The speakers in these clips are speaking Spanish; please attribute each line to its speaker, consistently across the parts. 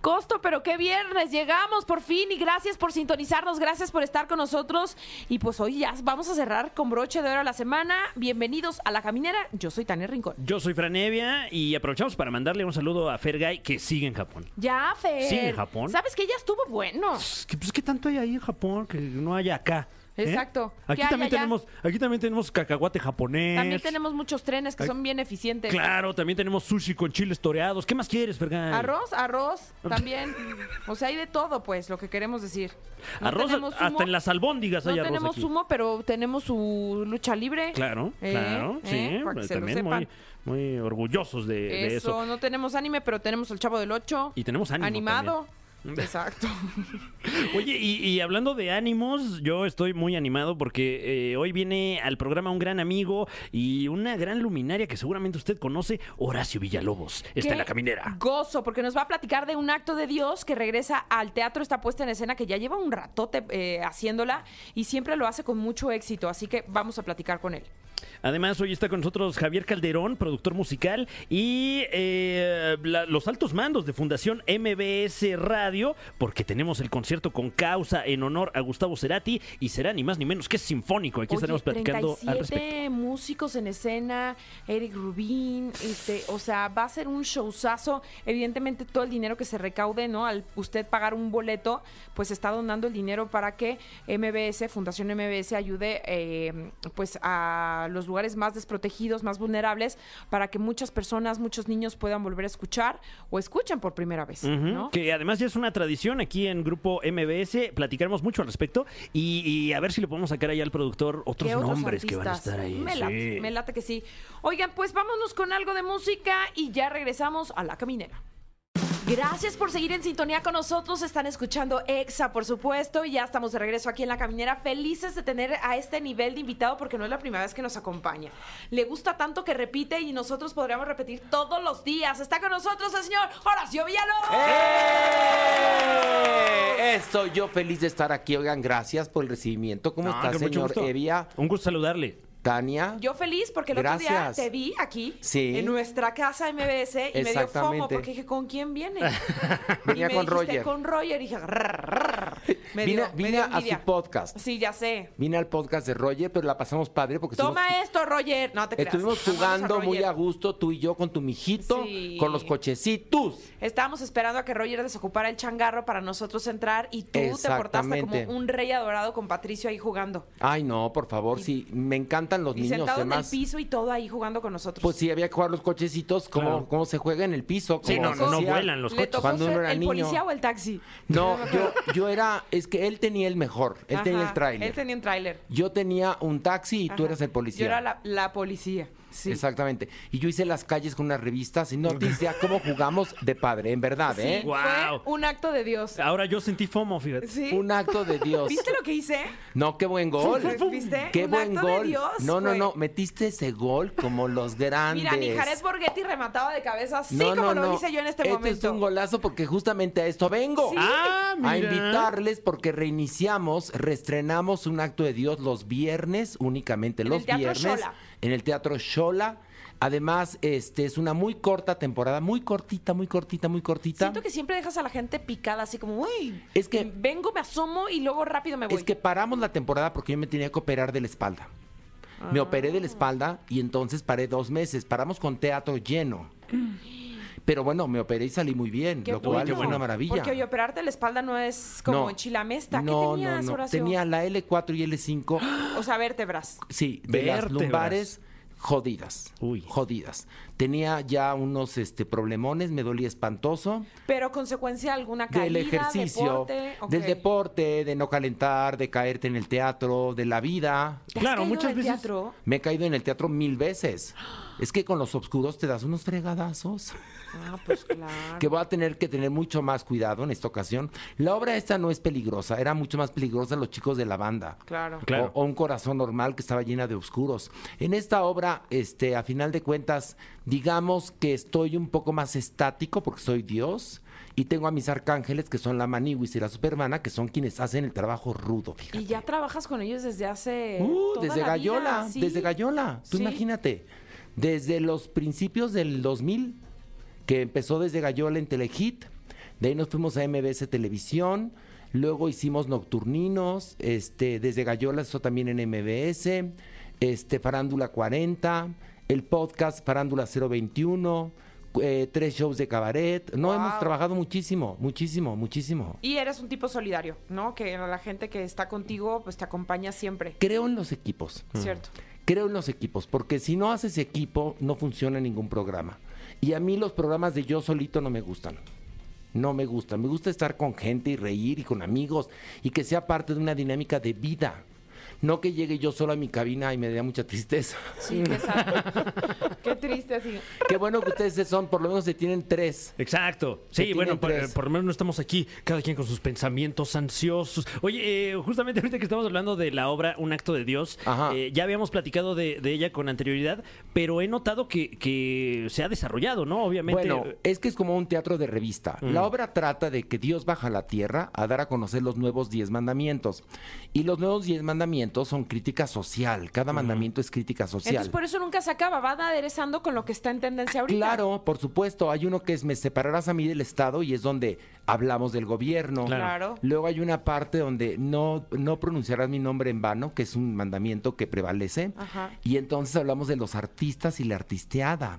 Speaker 1: Costo, pero qué viernes. Llegamos por fin y gracias por sintonizarnos, gracias por estar con nosotros. Y pues hoy ya vamos a cerrar con broche de oro la semana. Bienvenidos a La Caminera. Yo soy Tania Rincón.
Speaker 2: Yo soy Franevia y aprovechamos para mandarle un saludo a Fergay que sigue en Japón.
Speaker 1: Ya, Fer.
Speaker 2: Sí, en Japón.
Speaker 1: ¿Sabes que ya estuvo bueno?
Speaker 2: ¿Qué, pues, ¿qué tanto hay ahí en Japón que no hay acá? ¿Eh?
Speaker 1: Exacto. ¿Qué
Speaker 2: Aquí
Speaker 1: hay
Speaker 2: también
Speaker 1: allá?
Speaker 2: tenemos, aquí también tenemos cacahuate japonés.
Speaker 1: También tenemos muchos trenes que
Speaker 2: Ay.
Speaker 1: son bien eficientes.
Speaker 2: Claro, también tenemos sushi con chiles toreados. ¿Qué más quieres, Fergay?
Speaker 1: Arroz, arroz, también. O sea, hay de todo, pues, lo que queremos decir. No
Speaker 2: Arroz,
Speaker 1: tenemos humo,
Speaker 2: hasta en las albóndigas
Speaker 1: No
Speaker 2: hay arroz
Speaker 1: tenemos
Speaker 2: aquí.
Speaker 1: humo, pero tenemos su lucha libre.
Speaker 2: Claro,
Speaker 1: Eh,
Speaker 2: claro,
Speaker 1: eh,
Speaker 2: sí,
Speaker 1: para que se lo
Speaker 2: también muy,
Speaker 1: sepan.
Speaker 2: muy orgullosos de, de
Speaker 1: Eso,
Speaker 2: eso.
Speaker 1: no tenemos anime, pero tenemos el Chavo del Ocho.
Speaker 2: Y tenemos ánimo
Speaker 1: Animado.
Speaker 2: también.
Speaker 1: Exacto.
Speaker 2: Oye, y, y hablando de ánimos, yo estoy muy animado porque eh, hoy viene al programa un gran amigo y una gran luminaria que seguramente usted conoce, Horacio Villalobos. Está en la
Speaker 1: Qué
Speaker 2: caminera.
Speaker 1: Gozo, porque nos va a platicar de un acto de Dios que regresa al teatro, está puesta en escena, que ya lleva un ratote eh, haciéndola y siempre lo hace con mucho éxito. Así que vamos a platicar con él.
Speaker 2: Además, hoy está con nosotros Javier Calderón, productor musical, y eh, la- los altos mandos de Fundación MBS Radio, porque tenemos el concierto con causa en honor a Gustavo Cerati y será ni más ni menos que sinfónico. Aquí
Speaker 1: Oye,
Speaker 2: estaremos platicando al respecto.
Speaker 1: 37 músicos en escena, Eric Rubin, este, o sea, va a ser un showzazo. Evidentemente, todo el dinero que se recaude, ¿no? Al usted pagar un boleto, pues está donando el dinero para que MBS, Fundación MBS, ayude eh, pues a los lugares más desprotegidos, más vulnerables, para que muchas personas, muchos niños puedan volver a escuchar o escuchen por primera vez,
Speaker 2: Ujú,
Speaker 1: ¿no?
Speaker 2: Que además ya es una tradición aquí en Grupo MBS. Platicaremos mucho al respecto y, y a ver si le podemos sacar ahí al productor otros
Speaker 1: ¿Qué otros
Speaker 2: nombres que van a
Speaker 1: artistas?
Speaker 2: estar ahí.
Speaker 1: Me late,
Speaker 2: sí.
Speaker 1: me late que sí. Oigan, pues vámonos con algo de música y ya regresamos a La Caminera. Gracias por seguir en sintonía con nosotros. Están escuchando EXA, por supuesto, y ya estamos de regreso aquí en La Caminera. Felices de tener a este nivel de invitado porque no es la primera vez que nos acompaña. Le gusta tanto que repite y nosotros podríamos repetir todos los días. Está con nosotros el señor Horacio Villalobos.
Speaker 3: ¡Eh! Estoy yo feliz de estar aquí. Oigan, gracias por el recibimiento. ¿Cómo
Speaker 2: No,
Speaker 3: está,
Speaker 2: con mucho
Speaker 3: señor
Speaker 2: gusto.
Speaker 3: Evia?
Speaker 2: Un gusto saludarle.
Speaker 3: Tania.
Speaker 1: Yo feliz porque el otro día
Speaker 3: Gracias.
Speaker 1: te vi aquí
Speaker 3: Sí.
Speaker 1: en nuestra casa MBS y me dio fomo
Speaker 3: Exactamente.
Speaker 1: porque dije, ¿con quién viene?
Speaker 3: Venía
Speaker 1: Y me dijiste,
Speaker 3: con Roger.
Speaker 1: Con Roger y dije, "Rrr, rrr". me
Speaker 3: vine
Speaker 1: dio, me
Speaker 3: vine
Speaker 1: dio
Speaker 3: a
Speaker 1: envidia.
Speaker 3: su podcast.
Speaker 1: Sí, ya sé.
Speaker 3: Vine al podcast de Roger, pero la pasamos padre porque
Speaker 1: Toma
Speaker 3: Pues estuvimos,
Speaker 1: esto, Roger. No te creas.
Speaker 3: estuvimos
Speaker 1: Amamos
Speaker 3: jugando muy
Speaker 1: Roger.
Speaker 3: a gusto tú y yo con tu mijito,
Speaker 1: Sí.
Speaker 3: con los cochecitos.
Speaker 1: Estábamos esperando a que Roger desocupara el changarro para nosotros entrar y tú te portaste como
Speaker 3: Exactamente.
Speaker 1: un rey adorado con Patricio ahí jugando.
Speaker 3: Ay, no, por favor, sí, me encantan los
Speaker 1: Y
Speaker 3: niños.
Speaker 1: sentado en el
Speaker 3: Además,
Speaker 1: piso y todo ahí jugando con nosotros.
Speaker 3: pues sí, había que jugar los cochecitos, como,
Speaker 2: Claro.
Speaker 3: como se juega en el piso.
Speaker 2: Sí,
Speaker 3: como
Speaker 2: no, no, no
Speaker 3: se hacía.
Speaker 2: vuelan los
Speaker 1: Le
Speaker 2: coches.
Speaker 1: tocó
Speaker 3: Cuando uno
Speaker 1: ser
Speaker 3: era
Speaker 1: el
Speaker 3: niño.
Speaker 1: policía o el taxi.
Speaker 3: No, yo, yo era, es que él tenía el mejor, él tenía el
Speaker 1: Ajá,
Speaker 3: trailer.
Speaker 1: Él tenía un tráiler.
Speaker 3: Yo tenía un taxi y tú
Speaker 1: Ajá.
Speaker 3: eras el policía.
Speaker 1: Yo era la, la policía. Sí.
Speaker 3: Exactamente. Y yo hice las calles con unas revistas y no te decía cómo jugamos de padre, en verdad,
Speaker 1: Sí,
Speaker 3: ¿eh?
Speaker 2: Guau.
Speaker 1: Fue un acto de Dios.
Speaker 2: Ahora yo sentí FOMO, fíjate.
Speaker 1: Sí.
Speaker 3: Un acto de Dios.
Speaker 1: ¿Viste lo que hice?
Speaker 3: No, qué buen gol.
Speaker 1: Fum, fum, fum. ¿Viste?
Speaker 3: Qué
Speaker 1: Un
Speaker 3: buen
Speaker 1: acto de
Speaker 3: gol.
Speaker 1: Dios,
Speaker 3: no, no,
Speaker 1: güey.
Speaker 3: no, metiste ese gol como los grandes.
Speaker 1: Mira, ni Jared Borghetti rematado de cabeza, así
Speaker 3: no,
Speaker 1: como
Speaker 3: no,
Speaker 1: lo
Speaker 3: no.
Speaker 1: hice yo en este
Speaker 3: Esto
Speaker 1: momento.
Speaker 3: es un golazo porque justamente a esto vengo.
Speaker 1: Sí.
Speaker 2: Ah, mira.
Speaker 3: A invitarles porque reiniciamos, reestrenamos un acto de Dios los viernes, únicamente
Speaker 1: En el
Speaker 3: los
Speaker 1: Teatro
Speaker 3: viernes,
Speaker 1: Xola.
Speaker 3: en el Teatro Shola. Además, este es una muy corta temporada, muy cortita, muy cortita, muy cortita.
Speaker 1: Siento que siempre dejas a la gente picada, así como, uy,
Speaker 3: Es que-
Speaker 1: vengo, me asomo y luego rápido me voy.
Speaker 3: Es que paramos la temporada porque yo me tenía que operar de la espalda. Me operé de
Speaker 1: Ah.
Speaker 3: la espalda y entonces paré dos meses. Paramos con teatro lleno. Pero bueno, me operé y salí muy bien,
Speaker 1: Qué
Speaker 3: lo cual
Speaker 1: bueno.
Speaker 3: fue una maravilla.
Speaker 1: Porque oye, operarte la espalda no es como
Speaker 3: No.
Speaker 1: enchilamesta. ¿Qué
Speaker 3: No,
Speaker 1: tenías,
Speaker 3: no, no.
Speaker 1: Horacio? ¡Ah!
Speaker 3: Tenía la L4 y L5
Speaker 1: O sea, vértebras.
Speaker 3: Sí, de las
Speaker 2: Vértebras.
Speaker 3: lumbares jodidas.
Speaker 2: Uy.
Speaker 3: Jodidas. Tenía ya unos este problemones, me dolía espantoso.
Speaker 1: Pero consecuencia de alguna caída,
Speaker 3: del ejercicio,
Speaker 1: deporte, ok.
Speaker 3: del deporte, de no calentar, de caerte en el teatro, de la vida.
Speaker 1: ¿Te has
Speaker 2: Claro,
Speaker 1: caído
Speaker 2: muchas
Speaker 1: del
Speaker 2: veces-
Speaker 1: teatro?
Speaker 3: Me he caído en el teatro mil veces. Es que con los obscuros te das unos fregadazos
Speaker 1: Ah, pues claro.
Speaker 3: que voy a tener que tener mucho más cuidado en esta ocasión. La obra esta no es peligrosa, era mucho más peligrosa los chicos de la banda.
Speaker 1: Claro.
Speaker 2: Claro.
Speaker 3: O, o un corazón normal que estaba llena de oscuros. En esta obra ahora, este, a final de cuentas, digamos que estoy un poco más estático porque soy Dios y tengo a mis arcángeles que son la Maniwis y la Supermana, que son quienes hacen el trabajo rudo. fíjate.
Speaker 1: Y ya trabajas con ellos desde hace.
Speaker 3: Uh,
Speaker 1: toda
Speaker 3: desde
Speaker 1: la vida,
Speaker 3: Gallola,
Speaker 1: ¿sí?
Speaker 3: desde Gallola. Tú
Speaker 1: Sí.
Speaker 3: imagínate, desde los principios del 2000, que empezó desde Gallola en Telehit, de ahí nos fuimos a MBS Televisión, luego hicimos Nocturninos, este, desde Gallola eso también en MBS, este, Farándula 40, el podcast Farándula 021, eh, tres shows de cabaret. No, hemos
Speaker 1: Wow.
Speaker 3: trabajado muchísimo, muchísimo, muchísimo.
Speaker 1: Y eres un tipo solidario, ¿no? Que a la gente que está contigo, pues te acompaña siempre.
Speaker 3: Creo en los equipos.
Speaker 1: ¿Cierto?
Speaker 3: Creo en los equipos, porque si no haces equipo, no funciona ningún programa. Y a mí los programas de yo solito no me gustan. No me gustan. Me gusta estar con gente y reír y con amigos y que sea parte de una dinámica de vida. No que llegue yo solo a mi cabina y me dé mucha tristeza.
Speaker 1: Sí, qué sad. qué triste así.
Speaker 3: Qué bueno que ustedes son, por lo menos se tienen tres.
Speaker 2: Exacto.
Speaker 3: Que
Speaker 2: Sí,
Speaker 3: tienen
Speaker 2: bueno, por,
Speaker 3: tres.
Speaker 2: por lo menos no estamos aquí, cada quien con sus pensamientos ansiosos. Oye, eh, justamente ahorita que estamos hablando de la obra Un acto de Dios,
Speaker 3: Ajá.
Speaker 2: eh, ya habíamos platicado de, de ella con anterioridad, pero he notado que, que se ha desarrollado, ¿no? Obviamente. eh,
Speaker 3: Bueno, es que es como un teatro de revista. La obra trata de que Dios baja a la tierra a dar a conocer los nuevos diez mandamientos. Y los nuevos diez mandamientos son crítica social. Cada mandamiento es crítica social.
Speaker 1: Entonces por eso nunca se acaba, van aderezando con lo que está en tendencia ahorita.
Speaker 3: Claro, por supuesto. Hay uno que es Me separarás a mí del Estado y es donde hablamos del gobierno.
Speaker 2: Claro.
Speaker 1: Claro.
Speaker 3: Luego hay una parte donde no, no pronunciarás mi nombre en vano, que es un mandamiento que prevalece.
Speaker 1: Ajá.
Speaker 3: Y entonces hablamos de los artistas y la artisteada.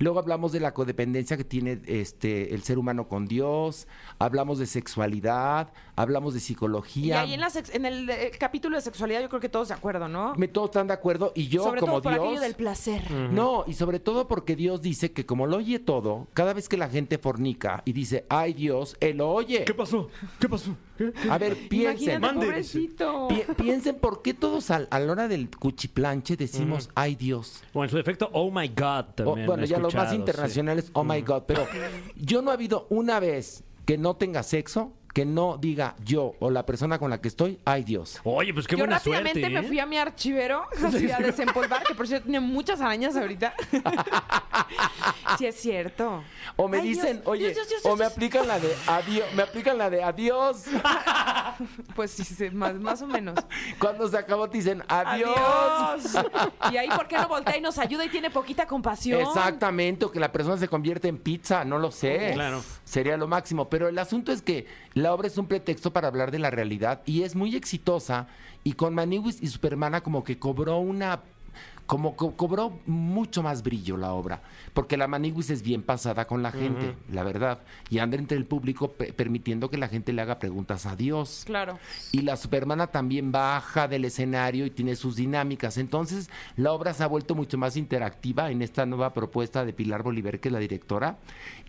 Speaker 3: Luego hablamos de la codependencia que tiene este el ser humano con Dios, hablamos de sexualidad, hablamos de
Speaker 1: Y
Speaker 3: psicología.
Speaker 1: ahí en, la sex- en el eh, capítulo de sexualidad yo creo que todos de acuerdo, ¿no?
Speaker 3: Me- Todos están de acuerdo y yo
Speaker 1: Sobre
Speaker 3: como
Speaker 1: todo por
Speaker 3: Dios.
Speaker 1: aquello del placer.
Speaker 3: No, y sobre todo porque Dios dice que como lo oye todo, cada vez que la gente fornica y dice, ay Dios, Él lo oye.
Speaker 2: ¿Qué pasó? ¿Qué pasó? ¿Qué?
Speaker 3: A ver,
Speaker 1: Imagínate,
Speaker 3: Mm, piensen.
Speaker 2: Mande.
Speaker 1: pobrecito.
Speaker 3: Pi- piensen por qué todos al- a la hora del cuchiplanche decimos, ay Dios.
Speaker 2: O en su defecto, Oh My God
Speaker 3: O,
Speaker 2: también.
Speaker 3: bueno,
Speaker 2: he
Speaker 3: ya los
Speaker 2: escuchado,
Speaker 3: más
Speaker 2: sí.
Speaker 3: internacionales, oh my God, pero yo no ha habido una vez que no tenga sexo, que no diga yo o la persona con la que estoy, ay Dios.
Speaker 2: Oye, pues qué
Speaker 1: yo
Speaker 2: buena
Speaker 1: rápidamente
Speaker 2: suerte.
Speaker 1: me
Speaker 2: ¿eh?
Speaker 1: fui a mi archivero así, a desempolvar, que por cierto tiene muchas arañas ahorita. sí es cierto.
Speaker 3: O me
Speaker 1: Ay, Dios,
Speaker 3: dicen, oye,
Speaker 1: Dios, Dios, Dios,
Speaker 3: o
Speaker 1: Dios,
Speaker 3: me
Speaker 1: Dios.
Speaker 3: aplican la de adiós, me aplican la de adiós.
Speaker 1: Pues sí, sí, más, más o menos.
Speaker 3: Cuando se acabó te dicen adiós.
Speaker 1: Adiós. y ahí, ¿por qué no voltea y nos ayuda y tiene poquita compasión?
Speaker 3: Exactamente, o que la persona se convierte en pizza, no lo sé.
Speaker 2: Claro.
Speaker 3: Sería lo máximo. Pero el asunto es que la obra es un pretexto para hablar de la realidad y es muy exitosa. Y con Maniwis y Supermana, como que cobró una. Como co- cobró mucho más brillo la obra, porque la Maniwis es bien pasada con la gente, la verdad, y anda entre el público pe- permitiendo que la gente le haga preguntas a Dios.
Speaker 1: Claro.
Speaker 3: Y la Supermana también baja del escenario y tiene sus dinámicas. Entonces, la obra se ha vuelto mucho más interactiva en esta nueva propuesta de Pilar Bolívar, que es la directora.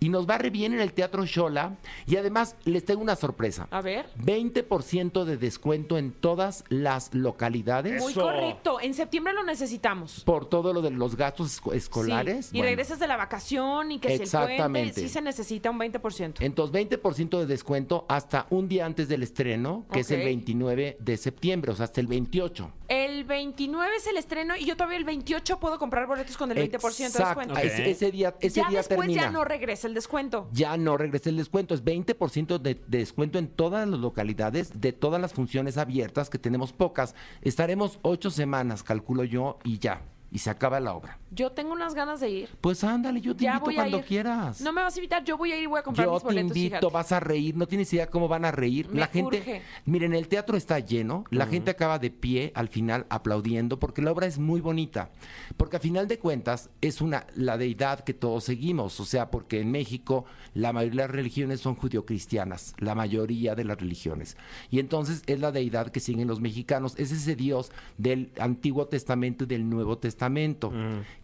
Speaker 3: Y nos va re bien en el Teatro Shola. Y además, les tengo una sorpresa.
Speaker 1: A ver.
Speaker 3: 20% de descuento en todas las localidades
Speaker 1: Muy
Speaker 2: Eso.
Speaker 1: correcto. En septiembre lo necesitamos.
Speaker 3: por todo lo de los gastos esco- escolares.
Speaker 1: Sí. Y
Speaker 3: Bueno.
Speaker 1: regresas de la vacación y que si el puente,
Speaker 3: Exactamente.
Speaker 1: sí se necesita un 20%.
Speaker 3: Entonces, 20% de descuento hasta un día antes del estreno, que es el
Speaker 1: Ok.
Speaker 3: 29 de septiembre, o sea, hasta el 28.
Speaker 1: El 29 es el estreno y yo todavía el 28 puedo comprar boletos con el 20% de
Speaker 3: Exacto.
Speaker 1: descuento.
Speaker 2: Ok.
Speaker 3: Ese, ese día, ese
Speaker 1: ya
Speaker 3: día
Speaker 1: después
Speaker 3: termina.
Speaker 1: ya no regresa el descuento.
Speaker 3: Ya no regresa el descuento, es 20% de, de descuento en todas las localidades, de todas las funciones abiertas, que tenemos pocas. Estaremos ocho semanas, calculo yo, y ya, y se acaba la obra.
Speaker 1: Yo tengo unas ganas de ir.
Speaker 3: Pues ándale, yo te
Speaker 1: Ya
Speaker 3: invito
Speaker 1: voy a
Speaker 3: cuando
Speaker 1: ir.
Speaker 3: quieras.
Speaker 1: No me vas a invitar, yo voy a ir y voy a comprar
Speaker 3: yo
Speaker 1: mis
Speaker 3: te
Speaker 1: boletos.
Speaker 3: invito,
Speaker 1: fíjate.
Speaker 3: vas a reír, no tienes idea cómo van a reír.
Speaker 1: Me
Speaker 3: la gente,
Speaker 1: urge.
Speaker 3: miren, el teatro está lleno, la gente acaba de pie al final aplaudiendo porque la obra es muy bonita. Porque a final de cuentas es una la deidad que todos seguimos, o sea, porque en México la mayoría de las religiones son judio-cristianas, la mayoría de las religiones. Y entonces es la deidad que siguen los mexicanos, es ese Dios del Antiguo Testamento y del Nuevo Testamento,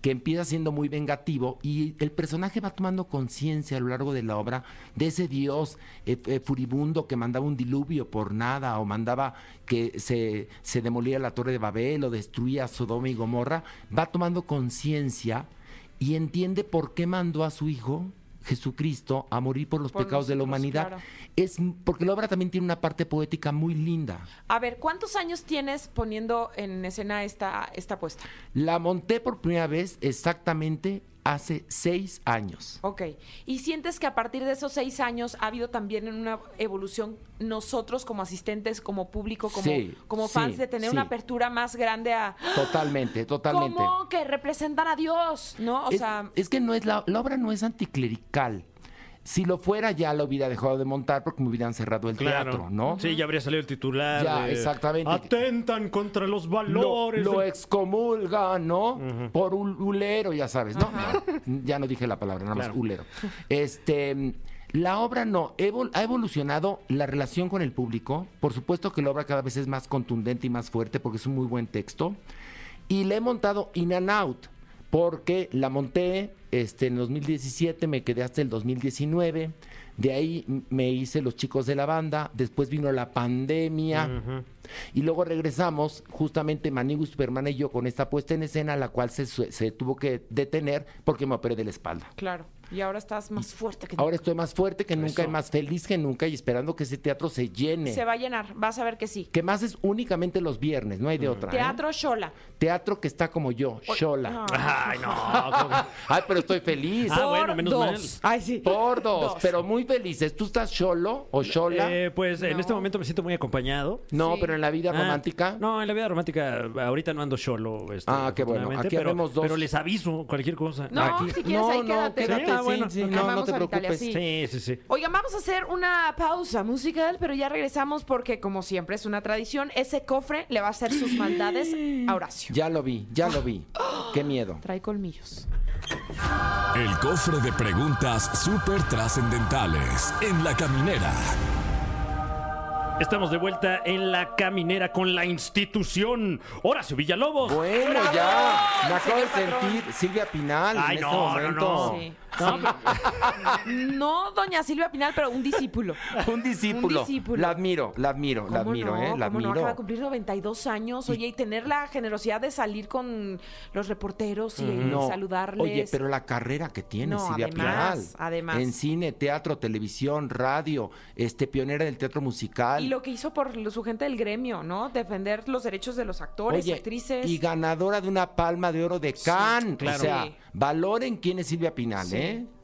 Speaker 3: que empieza siendo muy vengativo y el personaje va tomando conciencia a lo largo de la obra de ese Dios eh, eh, furibundo que mandaba un diluvio por nada o mandaba que se, se demolía la torre de Babel o destruía Sodoma y Gomorra, va tomando conciencia y entiende por qué mandó a su hijo Jesucristo a morir por los
Speaker 1: Por
Speaker 3: pecados de la
Speaker 1: nosotros,
Speaker 3: humanidad.
Speaker 1: claro.
Speaker 3: Es porque la obra también tiene una parte poética muy linda.
Speaker 1: A ver, ¿cuántos años tienes poniendo en escena esta, esta puesta?
Speaker 3: La monté por primera vez exactamente hace seis años.
Speaker 1: Ok. ¿Y sientes que a partir de esos seis años ha habido también una evolución nosotros como asistentes, como público, como,
Speaker 3: Sí,
Speaker 1: como
Speaker 3: sí,
Speaker 1: fans, de tener una
Speaker 3: sí.
Speaker 1: apertura más grande a
Speaker 3: Totalmente, totalmente.
Speaker 1: cómo que representan a Dios? ¿No? O
Speaker 3: es,
Speaker 1: sea,
Speaker 3: es que no es la, la obra no es anticlerical. Si lo fuera ya lo hubiera dejado de montar porque me hubieran cerrado el teatro, ¿no?
Speaker 4: Sí, ya habría salido el titular.
Speaker 3: Ya,
Speaker 4: de,
Speaker 3: exactamente.
Speaker 4: Atentan contra los
Speaker 3: Lo,
Speaker 4: valores.
Speaker 3: lo
Speaker 4: del-".
Speaker 3: excomulgan, ¿no? Por un ulero, ya sabes, ¿no? No, ya no dije la palabra, nada más
Speaker 2: Claro.
Speaker 3: ulero. Este, la obra no, evol- ha evolucionado la relación con el público. Por supuesto que la obra cada vez es más contundente y más fuerte porque es un muy buen texto. Y le he montado in and out porque la monté este, en 2017, me quedé hasta el 2019. De ahí m- me hice Los Chicos de la Banda, después vino la pandemia y luego regresamos justamente Manigo y Superman y yo con esta puesta en escena, la cual se, su- se tuvo que detener porque me operé de la espalda.
Speaker 1: claro. Y ahora estás más fuerte que
Speaker 3: Ahora estoy más fuerte que nunca y más feliz que nunca y esperando que ese teatro se llene.
Speaker 1: Se va a llenar, vas a ver que sí.
Speaker 3: Que más es únicamente los viernes, no hay de otra. ¿eh?
Speaker 1: Teatro Shola.
Speaker 3: Teatro que está como yo, Shola.
Speaker 2: Ay, no. pues, ¿cómo que-
Speaker 3: Ay, pero estoy feliz.
Speaker 2: Ah, bueno, menos
Speaker 1: mal. Ay, sí.
Speaker 3: Por dos,
Speaker 1: Dos.
Speaker 3: pero muy felices. ¿Tú estás solo o sola?
Speaker 2: Eh, pues en
Speaker 1: No.
Speaker 2: este momento me siento muy acompañado.
Speaker 3: no,
Speaker 1: sí.
Speaker 3: pero en la vida
Speaker 2: Ah,
Speaker 3: romántica.
Speaker 2: No, en la vida romántica ahorita no ando solo. este,
Speaker 3: Ah, qué bueno.
Speaker 2: afortunadamente,
Speaker 3: Aquí
Speaker 2: pero,
Speaker 3: habemos dos.
Speaker 2: pero les aviso cualquier cosa.
Speaker 1: No,
Speaker 2: Aquí.
Speaker 1: si quieres,
Speaker 3: no,
Speaker 1: ahí
Speaker 3: no,
Speaker 1: quédate.
Speaker 3: quédate,
Speaker 2: Sí, ah,
Speaker 3: sí,
Speaker 2: bueno,
Speaker 3: sí,
Speaker 2: ok.
Speaker 3: no, no
Speaker 1: Vamos
Speaker 3: te
Speaker 1: a Italia,
Speaker 3: preocupes.
Speaker 1: sí.
Speaker 2: Sí, sí, sí.
Speaker 1: Oigan, vamos a hacer una pausa musical, pero ya regresamos porque, como siempre, es una tradición. Ese cofre le va a hacer sus maldades a Horacio.
Speaker 3: Ya lo vi, ya lo vi. Qué miedo.
Speaker 1: Trae colmillos.
Speaker 5: El cofre de preguntas súper trascendentales en la caminera.
Speaker 2: Estamos de vuelta en la caminera con la institución Horacio Villalobos.
Speaker 3: Bueno, ya. Me acabo de
Speaker 1: Señor patrón.
Speaker 3: sentir Silvia Pinal
Speaker 2: Ay,
Speaker 3: en
Speaker 2: no,
Speaker 3: este
Speaker 2: no,
Speaker 3: momento.
Speaker 2: no.
Speaker 1: Sí. sí. No, doña Silvia Pinal, pero un discípulo.
Speaker 3: Un discípulo.
Speaker 1: Un discípulo.
Speaker 3: La admiro, la admiro, la
Speaker 1: ¿Cómo
Speaker 3: admiro,
Speaker 1: no?
Speaker 3: ¿eh? La
Speaker 1: ¿Cómo no?
Speaker 3: admiro.
Speaker 1: Acaba de cumplir 92 años, oye, y tener la generosidad de salir con los reporteros y, y
Speaker 3: Mm, No.
Speaker 1: saludarles.
Speaker 3: Oye, pero la carrera que tiene
Speaker 1: No,
Speaker 3: Silvia
Speaker 1: además,
Speaker 3: Pinal.
Speaker 1: además.
Speaker 3: En cine, teatro, televisión, radio, este pionera del teatro musical.
Speaker 1: Y lo que hizo por lo- su gente del gremio, ¿no? Defender los derechos de los actores,
Speaker 3: Oye,
Speaker 1: actrices.
Speaker 3: Y ganadora de una palma de oro de Cannes.
Speaker 2: claro.
Speaker 3: O sea,
Speaker 1: Sí.
Speaker 3: valoren quién es Silvia Pinal,
Speaker 1: Sí.
Speaker 3: ¿eh?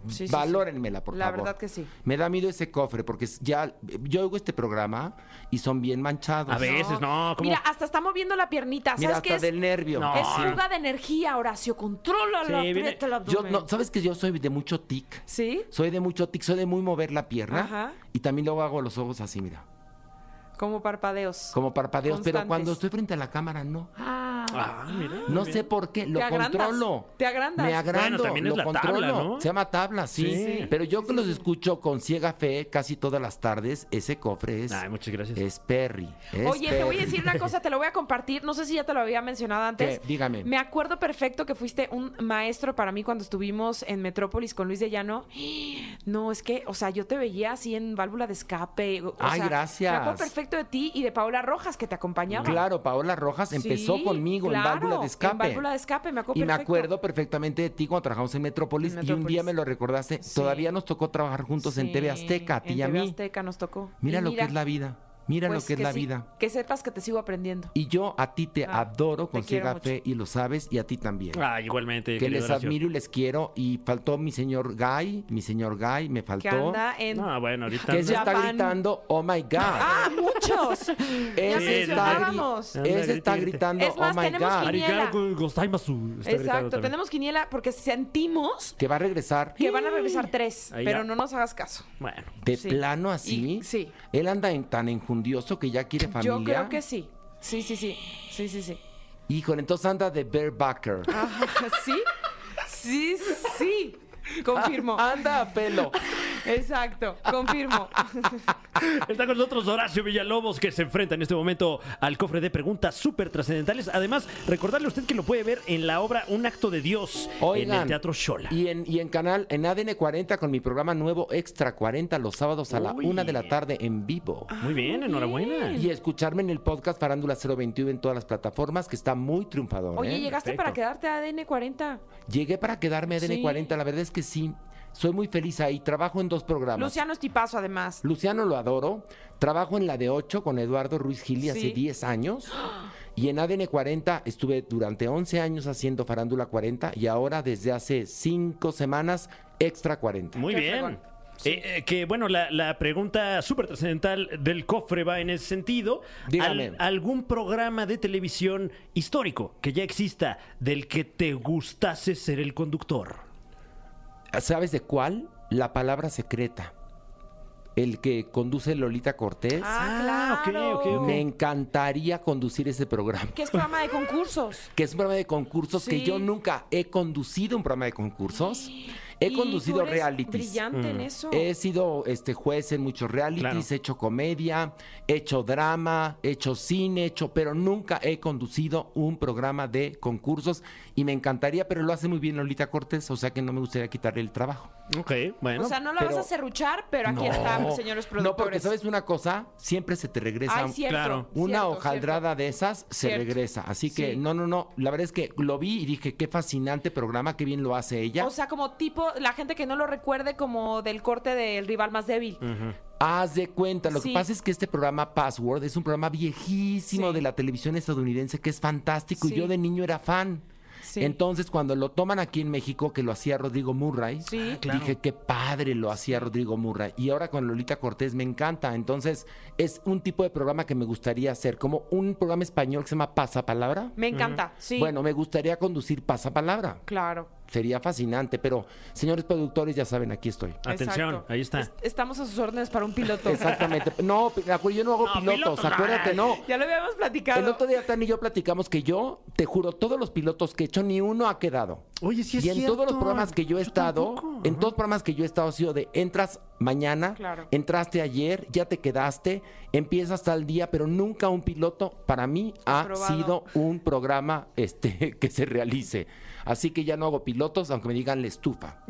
Speaker 1: Sí, sí,
Speaker 3: Valórenmela, por
Speaker 1: La
Speaker 3: favor.
Speaker 1: verdad que sí.
Speaker 3: Me da miedo ese cofre, porque es- ya yo oigo este programa y son bien manchados.
Speaker 2: A veces, no, ¿cómo?
Speaker 1: Mira, hasta está moviendo la piernita. ¿Sabes
Speaker 3: Mira,
Speaker 1: qué
Speaker 3: hasta
Speaker 1: es?
Speaker 3: del nervio.
Speaker 2: No.
Speaker 1: Es fuga de energía, Horacio. Controla
Speaker 2: Sí,
Speaker 1: la
Speaker 2: viene-
Speaker 1: el
Speaker 3: Yo,
Speaker 1: abdomen.
Speaker 3: no, ¿Sabes que yo soy de mucho tic?
Speaker 1: ¿Sí?
Speaker 3: Soy de mucho tic, soy de muy mover la pierna.
Speaker 1: Ajá.
Speaker 3: Y también luego hago los ojos así, mira.
Speaker 1: Como parpadeos.
Speaker 3: Como parpadeos,
Speaker 1: Constantes.
Speaker 3: pero cuando estoy frente a la cámara, no.
Speaker 2: Ah, mira.
Speaker 3: No sé por qué, lo
Speaker 1: Te agrandas,
Speaker 3: controlo.
Speaker 1: te agrandas.
Speaker 3: Me agrando,
Speaker 2: Bueno, también es
Speaker 3: lo
Speaker 2: la tabla,
Speaker 3: controlo.
Speaker 2: ¿no?
Speaker 3: Se llama tabla, sí.
Speaker 2: Sí, sí.
Speaker 3: Pero yo que los escucho con ciega fe casi todas las tardes, ese cofre es,
Speaker 2: Ay, muchas gracias.
Speaker 3: es Perry. es
Speaker 1: Oye, te voy a
Speaker 3: Perry.
Speaker 1: decir una cosa, te lo voy a compartir. No sé si ya te lo había mencionado antes.
Speaker 3: ¿Qué? Dígame.
Speaker 1: Me acuerdo perfecto que fuiste un maestro para mí cuando estuvimos en Metrópolis con Luis de Llano. No, es que, o sea, yo te veía así en válvula de escape. o
Speaker 3: Ay,
Speaker 1: sea,
Speaker 3: gracias.
Speaker 1: Me acuerdo perfecto de ti y de Paola Rojas que te acompañaba.
Speaker 3: Claro, Paola Rojas empezó
Speaker 1: Sí,
Speaker 3: conmigo
Speaker 1: claro,
Speaker 3: en válvula de
Speaker 1: en
Speaker 3: escape.
Speaker 1: Válvula de Escape, me acuerdo
Speaker 3: Y me
Speaker 1: perfecto.
Speaker 3: acuerdo perfectamente de ti cuando trabajamos en Metrópolis,
Speaker 1: En
Speaker 3: y un
Speaker 1: Metrópolis.
Speaker 3: día me lo recordaste.
Speaker 1: Sí.
Speaker 3: Todavía nos tocó trabajar juntos en
Speaker 1: Sí,
Speaker 3: TV Azteca, a ti
Speaker 1: en
Speaker 3: y a
Speaker 1: TV
Speaker 3: mí.
Speaker 1: Azteca nos tocó.
Speaker 3: Mira
Speaker 1: Y
Speaker 3: lo que es la vida. Mira
Speaker 1: pues,
Speaker 3: lo que es la
Speaker 1: sí,
Speaker 3: vida.
Speaker 1: Que sepas que te sigo aprendiendo.
Speaker 3: Y yo a ti te
Speaker 1: Ah,
Speaker 3: adoro
Speaker 1: te
Speaker 3: con
Speaker 1: quiero
Speaker 3: ciega
Speaker 1: mucho.
Speaker 3: fe y lo sabes y a ti también.
Speaker 2: Ah, igualmente.
Speaker 3: que
Speaker 2: querido
Speaker 3: les
Speaker 2: Horacio.
Speaker 3: admiro y les quiero y faltó mi señor Guy, mi señor Guy me
Speaker 1: Que
Speaker 3: faltó.
Speaker 1: anda en.
Speaker 2: Ah, bueno, ahorita.
Speaker 3: Que se está
Speaker 1: Japán.
Speaker 3: gritando, oh my god.
Speaker 1: ¡Ah, muchos! ya
Speaker 3: ese está, gri-
Speaker 1: mencionábamos.
Speaker 2: Anda,
Speaker 3: ese está
Speaker 2: grite, grite.
Speaker 3: gritando,
Speaker 1: Es más,
Speaker 3: oh my
Speaker 1: tenemos
Speaker 3: god.
Speaker 1: que ir-
Speaker 2: Arigato gozaimasu, está gritando
Speaker 1: Exacto,
Speaker 2: también.
Speaker 1: tenemos quiniela porque sentimos
Speaker 3: Que va a regresar
Speaker 1: que van a regresar tres,
Speaker 2: Ahí
Speaker 1: pero
Speaker 2: ya.
Speaker 1: no nos hagas caso.
Speaker 2: Bueno.
Speaker 3: de
Speaker 1: sí.
Speaker 3: plano así.
Speaker 1: Y- sí.
Speaker 3: Él anda en- tan enjundioso que ya quiere familia.
Speaker 1: Yo creo que sí. Sí, sí, sí. Sí, sí, sí.
Speaker 3: Híjole, entonces anda de barebacker.
Speaker 1: Ah, Ajá, ¿Sí? Sí, sí. Confirmo.
Speaker 3: Anda a pelo.
Speaker 1: Exacto, confirmo.
Speaker 2: Está con nosotros Horacio Villalobos que se enfrenta en este momento al cofre de preguntas súper trascendentales. Además, recordarle a usted que lo puede ver en la obra Un acto de Dios
Speaker 3: Oigan,
Speaker 2: en el Teatro Shola.
Speaker 3: Y en, y en canal, en ADN 40, con mi programa nuevo Extra 40, los sábados a la
Speaker 2: Uy.
Speaker 3: una de la tarde en vivo.
Speaker 2: Muy bien, enhorabuena.
Speaker 3: Y escucharme en el podcast Farándula 021 en todas las plataformas, que está muy triunfador.
Speaker 1: Oye,
Speaker 3: ¿eh?
Speaker 1: llegaste
Speaker 2: perfecto.
Speaker 1: para quedarte a ADN 40.
Speaker 3: Llegué para quedarme a ADN
Speaker 1: Sí.
Speaker 3: 40, la verdad es que sí. Soy muy feliz ahí. Trabajo en dos programas.
Speaker 1: Luciano es tipazo, además.
Speaker 3: Luciano lo adoro. Trabajo en la de 8 con Eduardo Ruiz Gil
Speaker 1: Sí.
Speaker 3: hace 10 años. Y en ADN 40 estuve durante 11 años haciendo Farándula 40 y ahora desde hace 5 semanas Extra 40.
Speaker 2: Muy
Speaker 1: Qué
Speaker 2: bien.
Speaker 1: fregón.
Speaker 2: Eh, eh, que bueno, la, la pregunta súper trascendental del cofre va en ese sentido.
Speaker 3: Dígame.
Speaker 2: ¿Algún programa de televisión histórico que ya exista del que te gustase ser el conductor?
Speaker 3: ¿Sabes de cuál? La palabra secreta. El que conduce Lolita Cortés.
Speaker 1: Ah,
Speaker 2: Ah, ok,
Speaker 1: claro.
Speaker 2: ok, ok.
Speaker 3: Me encantaría conducir ese programa.
Speaker 1: Que es programa de concursos.
Speaker 3: Que es un programa de concursos que
Speaker 1: Sí.
Speaker 3: yo nunca he conducido un programa de concursos. He
Speaker 1: Y tú
Speaker 3: conducido
Speaker 1: eres
Speaker 3: realities. Mm.
Speaker 1: Brillante en eso.
Speaker 3: He sido este juez en muchos realities,
Speaker 2: Claro.
Speaker 3: he hecho comedia, he hecho drama, he hecho cine, he hecho, pero nunca he conducido un programa de concursos y me encantaría, pero lo hace muy bien Lolita Cortés, o sea que no me gustaría quitarle el trabajo.
Speaker 2: Ok, bueno.
Speaker 1: o sea, no la vas
Speaker 3: pero-
Speaker 1: a serruchar, pero aquí
Speaker 3: No.
Speaker 1: están, señores productores.
Speaker 3: No, porque sabes una cosa, siempre se te regresa
Speaker 1: Ay,
Speaker 3: un-
Speaker 1: cierto,
Speaker 2: Claro.
Speaker 3: una
Speaker 1: cierto,
Speaker 3: hojaldrada de esas, se
Speaker 1: Cierto.
Speaker 3: regresa. Así que
Speaker 1: Sí.
Speaker 3: no, no, no, la verdad es que lo vi y dije, qué fascinante programa, qué bien lo hace ella.
Speaker 1: O sea, como tipo, la gente que no lo recuerde como del corte del rival más débil.
Speaker 3: Haz de cuenta, lo
Speaker 1: Sí.
Speaker 3: que pasa es que este programa Password es un programa viejísimo
Speaker 1: Sí.
Speaker 3: de la televisión estadounidense que es fantástico
Speaker 1: Sí.
Speaker 3: y yo de niño era fan.
Speaker 1: Sí.
Speaker 3: Entonces cuando lo toman aquí en México, que lo hacía Rodrigo Murray,
Speaker 1: Sí. Ah,
Speaker 3: dije qué padre lo hacía Rodrigo Murray. Y ahora con Lolita Cortés me encanta. Entonces es un tipo de programa que me gustaría hacer, como un programa español que se llama Pasapalabra.
Speaker 1: Me encanta, sí.
Speaker 3: Bueno, me gustaría conducir Pasapalabra.
Speaker 1: Claro.
Speaker 3: Sería fascinante, pero señores productores ya saben, aquí estoy.
Speaker 2: Atención,
Speaker 1: exacto.
Speaker 2: ahí está.
Speaker 1: Es- estamos a sus órdenes para un piloto.
Speaker 3: Exactamente. No, acu- yo no hago
Speaker 2: No,
Speaker 3: pilotos,
Speaker 2: pilotos,
Speaker 3: acuérdate, no.
Speaker 1: Ya lo habíamos platicado.
Speaker 3: El otro día Tani y yo platicamos que yo, te juro, todos los pilotos que he hecho, ni uno ha quedado.
Speaker 4: Oye, sí es
Speaker 3: y en todos los
Speaker 4: cierto.
Speaker 3: programas que yo he
Speaker 4: Yo
Speaker 3: estado,
Speaker 4: tampoco.
Speaker 3: en todos los programas que yo he estado ha sido de entras mañana,
Speaker 1: Claro.
Speaker 3: entraste ayer, ya te quedaste, empiezas tal día, pero nunca un piloto para mí ha
Speaker 1: Aprobado.
Speaker 3: sido un programa este que se realice. Así que ya no hago pilotos, aunque me digan la estufa.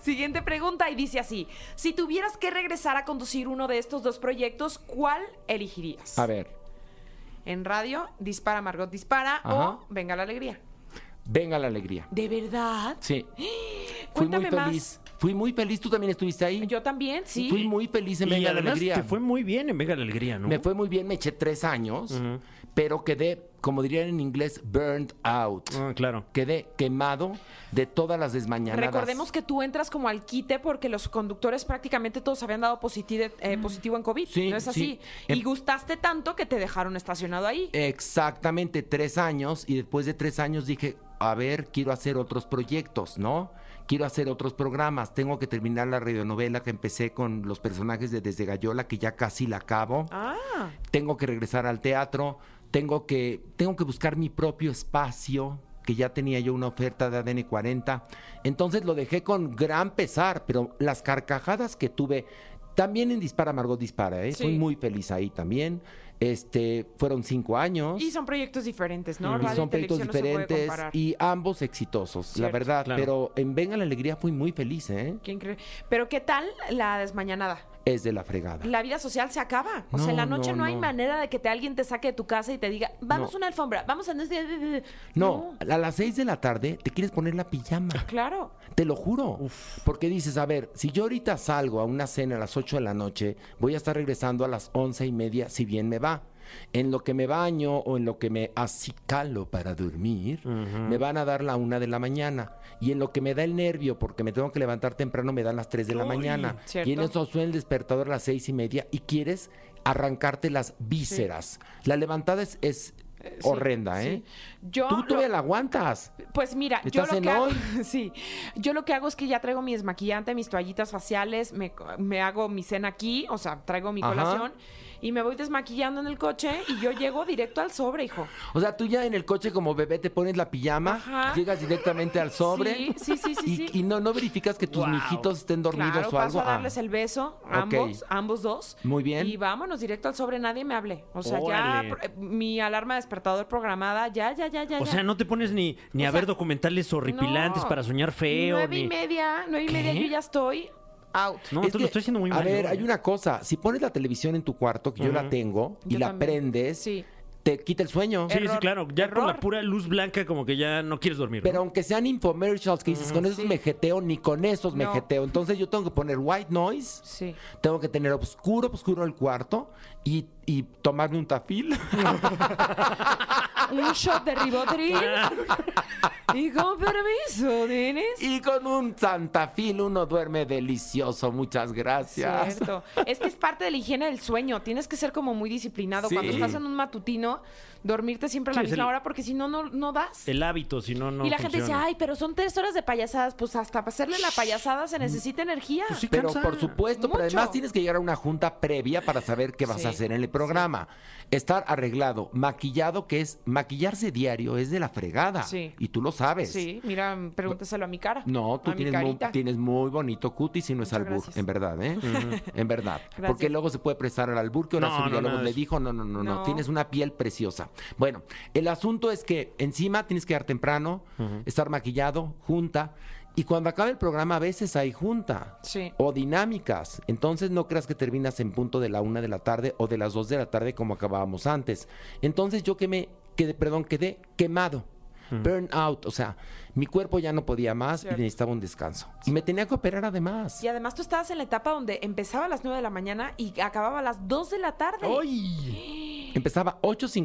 Speaker 1: Siguiente pregunta y dice así: Si tuvieras que regresar a conducir uno de estos dos proyectos, ¿cuál elegirías?
Speaker 3: A ver,
Speaker 1: En radio, dispara Margot dispara
Speaker 3: Ajá.
Speaker 1: o venga la alegría.
Speaker 3: venga la alegría.
Speaker 1: ¿De verdad?
Speaker 3: Sí. Fui muy
Speaker 1: Cuéntame más.
Speaker 3: feliz. Fui muy feliz. Tú también estuviste ahí.
Speaker 1: Yo también, sí.
Speaker 3: Fui muy feliz en
Speaker 2: y
Speaker 3: Venga la
Speaker 2: además
Speaker 3: Alegría.
Speaker 2: te fue muy bien en Venga la Alegría, ¿no?
Speaker 3: Me fue muy bien, me eché tres años, pero quedé, como dirían en inglés, burned out.
Speaker 2: Ah, claro.
Speaker 3: Quedé quemado de todas las desmañanadas.
Speaker 1: Recordemos que tú entras como al quite porque los conductores prácticamente todos habían dado positivo, eh, positivo en COVID.
Speaker 3: Mm. Sí,
Speaker 1: ¿No es así?
Speaker 3: sí. Em- Eh,
Speaker 1: Y gustaste tanto que te dejaron estacionado ahí.
Speaker 3: Exactamente tres años y después de tres años dije, a ver, quiero hacer otros proyectos, ¿no? Quiero hacer otros programas, tengo que terminar la radionovela que empecé con los personajes de Desde Gallola, que ya casi la acabo.
Speaker 1: Ah,
Speaker 3: tengo que regresar al teatro, tengo que, tengo que buscar mi propio espacio, que ya tenía yo una oferta de ADN 40. Entonces lo dejé con gran pesar, pero las carcajadas que tuve, también en Dispara Margot Dispara, ¿eh?
Speaker 1: Sí.
Speaker 3: Fui muy feliz ahí también. Este, fueron cinco años.
Speaker 1: y son proyectos diferentes, ¿no?
Speaker 3: y
Speaker 1: Radio
Speaker 3: pues son
Speaker 1: y televisión
Speaker 3: proyectos
Speaker 1: no se puede
Speaker 3: diferentes
Speaker 1: comparar.
Speaker 3: y ambos exitosos, la
Speaker 1: Cierto,
Speaker 3: verdad.
Speaker 2: claro.
Speaker 3: Pero en Venga la Alegría fui muy feliz, ¿eh?
Speaker 1: Qué increíble. Pero ¿qué tal la desmañanada?
Speaker 3: Es de la fregada.
Speaker 1: La vida social se acaba. O sea,
Speaker 3: No,
Speaker 1: en la noche no,
Speaker 3: no,
Speaker 1: hay
Speaker 3: no.
Speaker 1: manera de que te, alguien te saque de tu casa y te diga, vamos a
Speaker 3: No.
Speaker 1: una alfombra, vamos a... No,
Speaker 3: No, a las seis de la tarde te quieres poner la pijama.
Speaker 1: claro.
Speaker 3: Te lo juro. Porque dices, a ver, si yo ahorita salgo a una cena a las 8 de la noche, voy a estar regresando a las once y media, si bien me va. En lo que me baño o en lo que me acicalo para dormir, me van a dar la una de la mañana. Y en lo que me da el nervio, porque me tengo que levantar temprano, me dan las 3 de la mañana.
Speaker 1: cierto.
Speaker 3: Y en eso suena el despertador a las seis y media y quieres arrancarte las vísceras. La levantada es, es
Speaker 1: sí,
Speaker 3: horrenda,
Speaker 1: sí.
Speaker 3: ¿eh?
Speaker 1: Yo
Speaker 3: Tú
Speaker 1: lo-
Speaker 3: todavía la aguantas.
Speaker 1: Pues mira, yo
Speaker 3: ¿Estás
Speaker 1: lo
Speaker 3: en
Speaker 1: que hago,
Speaker 3: hoy?
Speaker 1: sí, yo lo que hago es que ya traigo mi desmaquillante, mis toallitas faciales, me, me hago mi cena aquí, o sea, traigo mi
Speaker 3: Ajá.
Speaker 1: colación y me voy desmaquillando en el coche y yo llego directo al sobre, hijo.
Speaker 3: O sea, tú ya en el coche como bebé te pones la pijama,
Speaker 1: Ajá.
Speaker 3: llegas directamente al sobre
Speaker 1: Sí, sí, sí, sí,
Speaker 3: y,
Speaker 1: sí.
Speaker 3: y no, no verificas que tus
Speaker 2: Wow.
Speaker 3: mijitos estén dormidos
Speaker 1: claro,
Speaker 3: o algo.
Speaker 1: paso a
Speaker 3: Ah.
Speaker 1: darles el beso,
Speaker 3: Ok.
Speaker 1: ambos, ambos dos.
Speaker 3: Muy bien.
Speaker 1: Y vámonos directo al sobre, nadie me hable. O sea,
Speaker 2: Órale.
Speaker 1: ya pro- eh, mi alarma despertador programada, ya, ya, ya, ya.
Speaker 2: O
Speaker 1: ya.
Speaker 2: sea, no te pones ni, ni
Speaker 1: O
Speaker 2: a ver
Speaker 1: sea,
Speaker 2: documentales horripilantes
Speaker 1: No.
Speaker 2: para soñar feo.
Speaker 1: Nueve y
Speaker 2: ni-
Speaker 1: media, nueve y media,
Speaker 2: ¿Qué?
Speaker 1: yo ya estoy out.
Speaker 2: No,
Speaker 3: Ah. Es
Speaker 2: tú lo
Speaker 3: que,
Speaker 2: estoy haciendo muy
Speaker 3: a
Speaker 2: mal.
Speaker 3: ver,
Speaker 2: ¿no?
Speaker 3: hay una cosa. Si pones la televisión en tu cuarto, que yo la tengo, y
Speaker 1: Yo
Speaker 3: la
Speaker 1: también.
Speaker 3: prendes,
Speaker 1: Sí.
Speaker 3: te quita el sueño.
Speaker 2: Sí, sí,
Speaker 1: Error,
Speaker 2: claro. Ya con la
Speaker 1: error.
Speaker 2: pura luz blanca, como que ya no quieres dormir. ¿no?
Speaker 3: Pero aunque sean infomercials que dices, con esos me jeteo, ni con esos me
Speaker 1: No.
Speaker 3: jeteo. Entonces yo tengo que poner white noise,
Speaker 1: Sí.
Speaker 3: tengo que tener oscuro, oscuro el cuarto y, y tomarme un tafil.
Speaker 1: Ah, Un shot de ribotril. y con permiso, nenes.
Speaker 3: y con un santafil uno duerme delicioso. Muchas gracias.
Speaker 1: Cierto. Es que es parte de la higiene del sueño. Tienes que ser como muy disciplinado.
Speaker 3: Sí.
Speaker 1: Cuando estás en un matutino, dormirte siempre a la
Speaker 2: Sí, es
Speaker 1: misma
Speaker 2: el-
Speaker 1: hora porque si no, no, no das.
Speaker 2: El hábito, si no, no.
Speaker 1: y la gente dice,
Speaker 2: funciona.
Speaker 1: ay, pero son tres horas de payasadas. Pues hasta para hacerle la payasada se necesita
Speaker 3: Mm,
Speaker 1: energía.
Speaker 2: Pues sí,
Speaker 3: Pero
Speaker 2: cansa.
Speaker 3: por supuesto,
Speaker 1: Mucho.
Speaker 3: pero además tienes que llegar a una junta previa para saber qué vas
Speaker 1: Sí,
Speaker 3: a hacer en el programa. Estar arreglado, maquillado, que es maquillarse diario, es de la fregada.
Speaker 1: Sí.
Speaker 3: Y tú lo sabes.
Speaker 1: Sí, mira, pregúntaselo a mi cara.
Speaker 3: No, tú
Speaker 1: a mi
Speaker 3: tienes muy,
Speaker 1: carita.
Speaker 3: tienes muy bonito cutis y no es
Speaker 1: Muchas
Speaker 3: albur,
Speaker 1: gracias.
Speaker 3: en verdad, ¿eh? En verdad.
Speaker 1: Gracias.
Speaker 3: Porque luego se puede prestar al albur que
Speaker 2: No,
Speaker 3: Horacio
Speaker 2: no,
Speaker 3: Villalobos
Speaker 2: nada de
Speaker 3: le
Speaker 2: eso.
Speaker 3: dijo, no, no, no, no,
Speaker 1: No.
Speaker 3: tienes una piel preciosa. Bueno, el asunto es que encima tienes que dar temprano, estar maquillado, junta, y cuando acaba el programa a veces hay junta.
Speaker 1: Sí.
Speaker 3: O dinámicas. Entonces no creas que terminas en punto de la una de la tarde o de las dos de la tarde como acabábamos antes. Entonces yo que me quedé, perdón, quedé quemado. Burn out, o sea, mi cuerpo ya no podía más
Speaker 1: Cierto.
Speaker 3: y necesitaba un descanso. Y me tenía que operar además.
Speaker 1: Y además tú estabas en la etapa donde empezaba a las 9 de la mañana y acababa a las 2 de la tarde.
Speaker 2: ¡Ay!
Speaker 3: Empezaba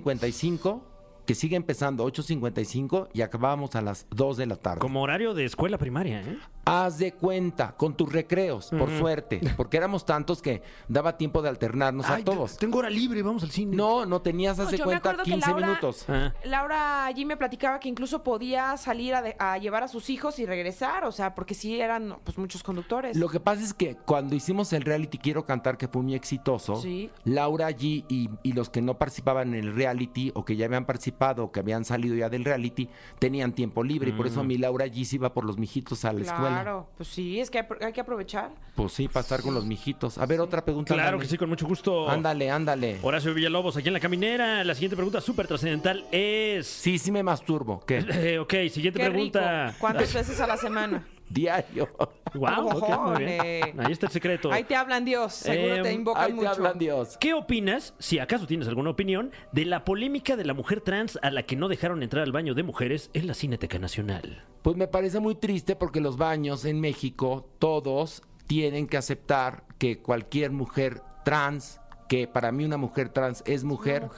Speaker 3: 8.55, que sigue empezando 8.55 y acabábamos a las 2 de la tarde.
Speaker 2: Como horario de escuela primaria, ¿eh?
Speaker 3: Haz de cuenta, con tus recreos, por suerte, porque éramos tantos que daba tiempo de alternarnos
Speaker 2: Ay,
Speaker 3: a
Speaker 2: te-
Speaker 3: todos.
Speaker 2: Tengo hora libre, vamos al cine.
Speaker 3: No, no tenías, haz
Speaker 1: No,
Speaker 3: de
Speaker 1: yo me
Speaker 3: cuenta,
Speaker 1: acuerdo que
Speaker 3: 15
Speaker 1: Laura-
Speaker 3: minutos.
Speaker 2: Ah.
Speaker 1: Laura allí me platicaba que incluso podía salir a, de- a llevar a sus hijos y regresar, o sea, porque sí eran pues muchos conductores.
Speaker 3: Lo que pasa es que cuando hicimos el reality Quiero Cantar, que fue muy exitoso,
Speaker 1: Sí.
Speaker 3: Laura allí y, y los que no participaban en el reality o que ya habían participado o que habían salido ya del reality, tenían tiempo libre y por
Speaker 2: Mm.
Speaker 3: eso mi Laura allí se iba por los mijitos a la
Speaker 1: claro,
Speaker 3: escuela.
Speaker 1: pues sí, es que hay, hay que aprovechar.
Speaker 3: Pues sí, pasar con los mijitos. A ver, otra pregunta.
Speaker 2: Claro
Speaker 3: ándale.
Speaker 2: que sí, con mucho gusto.
Speaker 3: Ándale, ándale.
Speaker 2: Horacio Villalobos, aquí en la caminera. La siguiente pregunta súper trascendental es.
Speaker 3: Sí, sí me masturbo. ¿Qué?
Speaker 2: Eh, ok, siguiente
Speaker 1: Qué
Speaker 2: pregunta.
Speaker 1: rico. ¿Cuántas veces a la semana?
Speaker 3: Diario.
Speaker 2: Wow, ok, muy
Speaker 1: Cojones.
Speaker 2: bien. Ahí está el secreto.
Speaker 1: Ahí te hablan Dios, seguro
Speaker 2: Em,
Speaker 1: te invocan
Speaker 3: Ahí te
Speaker 1: mucho.
Speaker 3: hablan Dios.
Speaker 2: ¿Qué opinas, si acaso tienes alguna opinión, de la polémica de la mujer trans a la que no dejaron entrar al baño de mujeres en la Cineteca Nacional?
Speaker 3: Pues me parece muy triste porque los baños en México, todos tienen que aceptar que cualquier mujer trans, que para mí una mujer trans es mujer,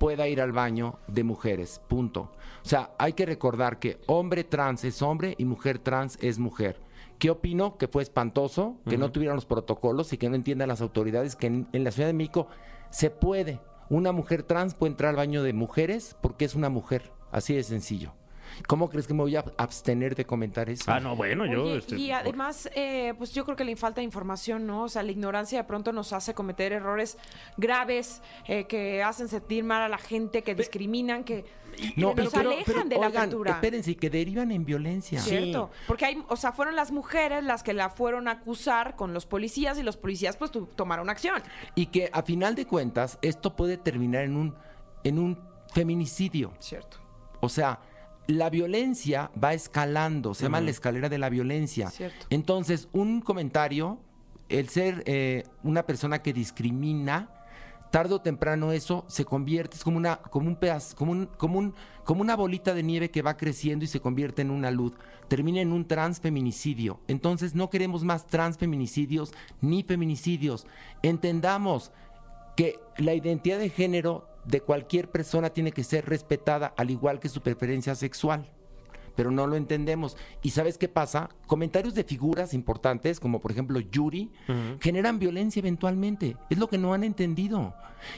Speaker 3: pueda ir al baño de mujeres. Punto. O sea, hay que recordar que hombre trans es hombre y mujer trans es mujer. ¿Qué opino? Que fue espantoso, que no tuvieron los protocolos y que no entiendan las autoridades que en, en la Ciudad de México se puede. Una mujer trans puede entrar al baño de mujeres porque es una mujer. Así de sencillo. ¿Cómo crees que me voy a abstener de comentar eso?
Speaker 2: Ah, no, bueno, yo.
Speaker 1: Oye,
Speaker 2: este,
Speaker 1: y además, eh, pues yo creo que la falta de información, ¿no? O sea, la ignorancia de pronto nos hace cometer errores graves eh, que hacen sentir mal a la gente, que discriminan, que, que
Speaker 3: No,
Speaker 1: nos alejan de la
Speaker 3: oigan,
Speaker 1: apertura.
Speaker 3: Espérense, y que derivan en violencia.
Speaker 1: Cierto, porque hay, o sea, fueron las mujeres las que la fueron a acusar con los policías y los policías pues tu- tomaron acción.
Speaker 3: Y que a final de cuentas, esto puede terminar en un, en un feminicidio.
Speaker 1: Cierto.
Speaker 3: O sea, la violencia va escalando, se llama la escalera de la violencia.
Speaker 1: Cierto.
Speaker 3: Entonces, un comentario, el ser eh, una persona que discrimina, tarde o temprano eso se convierte, es como una, como un pedazo, como un, como un, como una bolita de nieve que va creciendo y se convierte en una luz. Termina en un transfeminicidio. Entonces no queremos más transfeminicidios ni feminicidios. Entendamos que la identidad de género de cualquier persona tiene que ser respetada al igual que su preferencia sexual. Pero no lo entendemos. ¿Y sabes qué pasa? Comentarios de figuras importantes, como por ejemplo Yuri, generan violencia eventualmente. Es lo que no han entendido.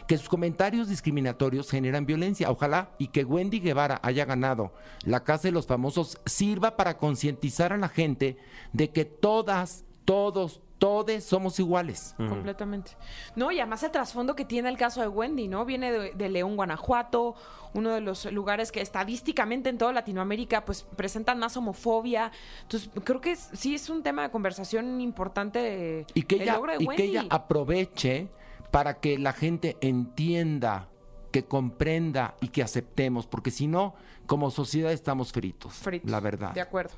Speaker 3: Que sus comentarios discriminatorios generan violencia. Ojalá y que Wendy Guevara haya ganado la Casa de los Famosos sirva para concientizar a la gente de que todas, todos, todes somos iguales.
Speaker 1: Completamente. No, y además el trasfondo que tiene el caso de Wendy, ¿no? Viene de, de León, Guanajuato, uno de los lugares que estadísticamente en toda Latinoamérica pues presentan más homofobia. Entonces, creo que es- sí es un tema de conversación importante
Speaker 3: Y que,
Speaker 1: el
Speaker 3: ella,
Speaker 1: logro de
Speaker 3: y que
Speaker 1: Wendy.
Speaker 3: ella aproveche para que la gente entienda, que comprenda y que aceptemos, porque si no, como sociedad estamos fritos.
Speaker 1: Fritos.
Speaker 3: La verdad.
Speaker 1: De acuerdo.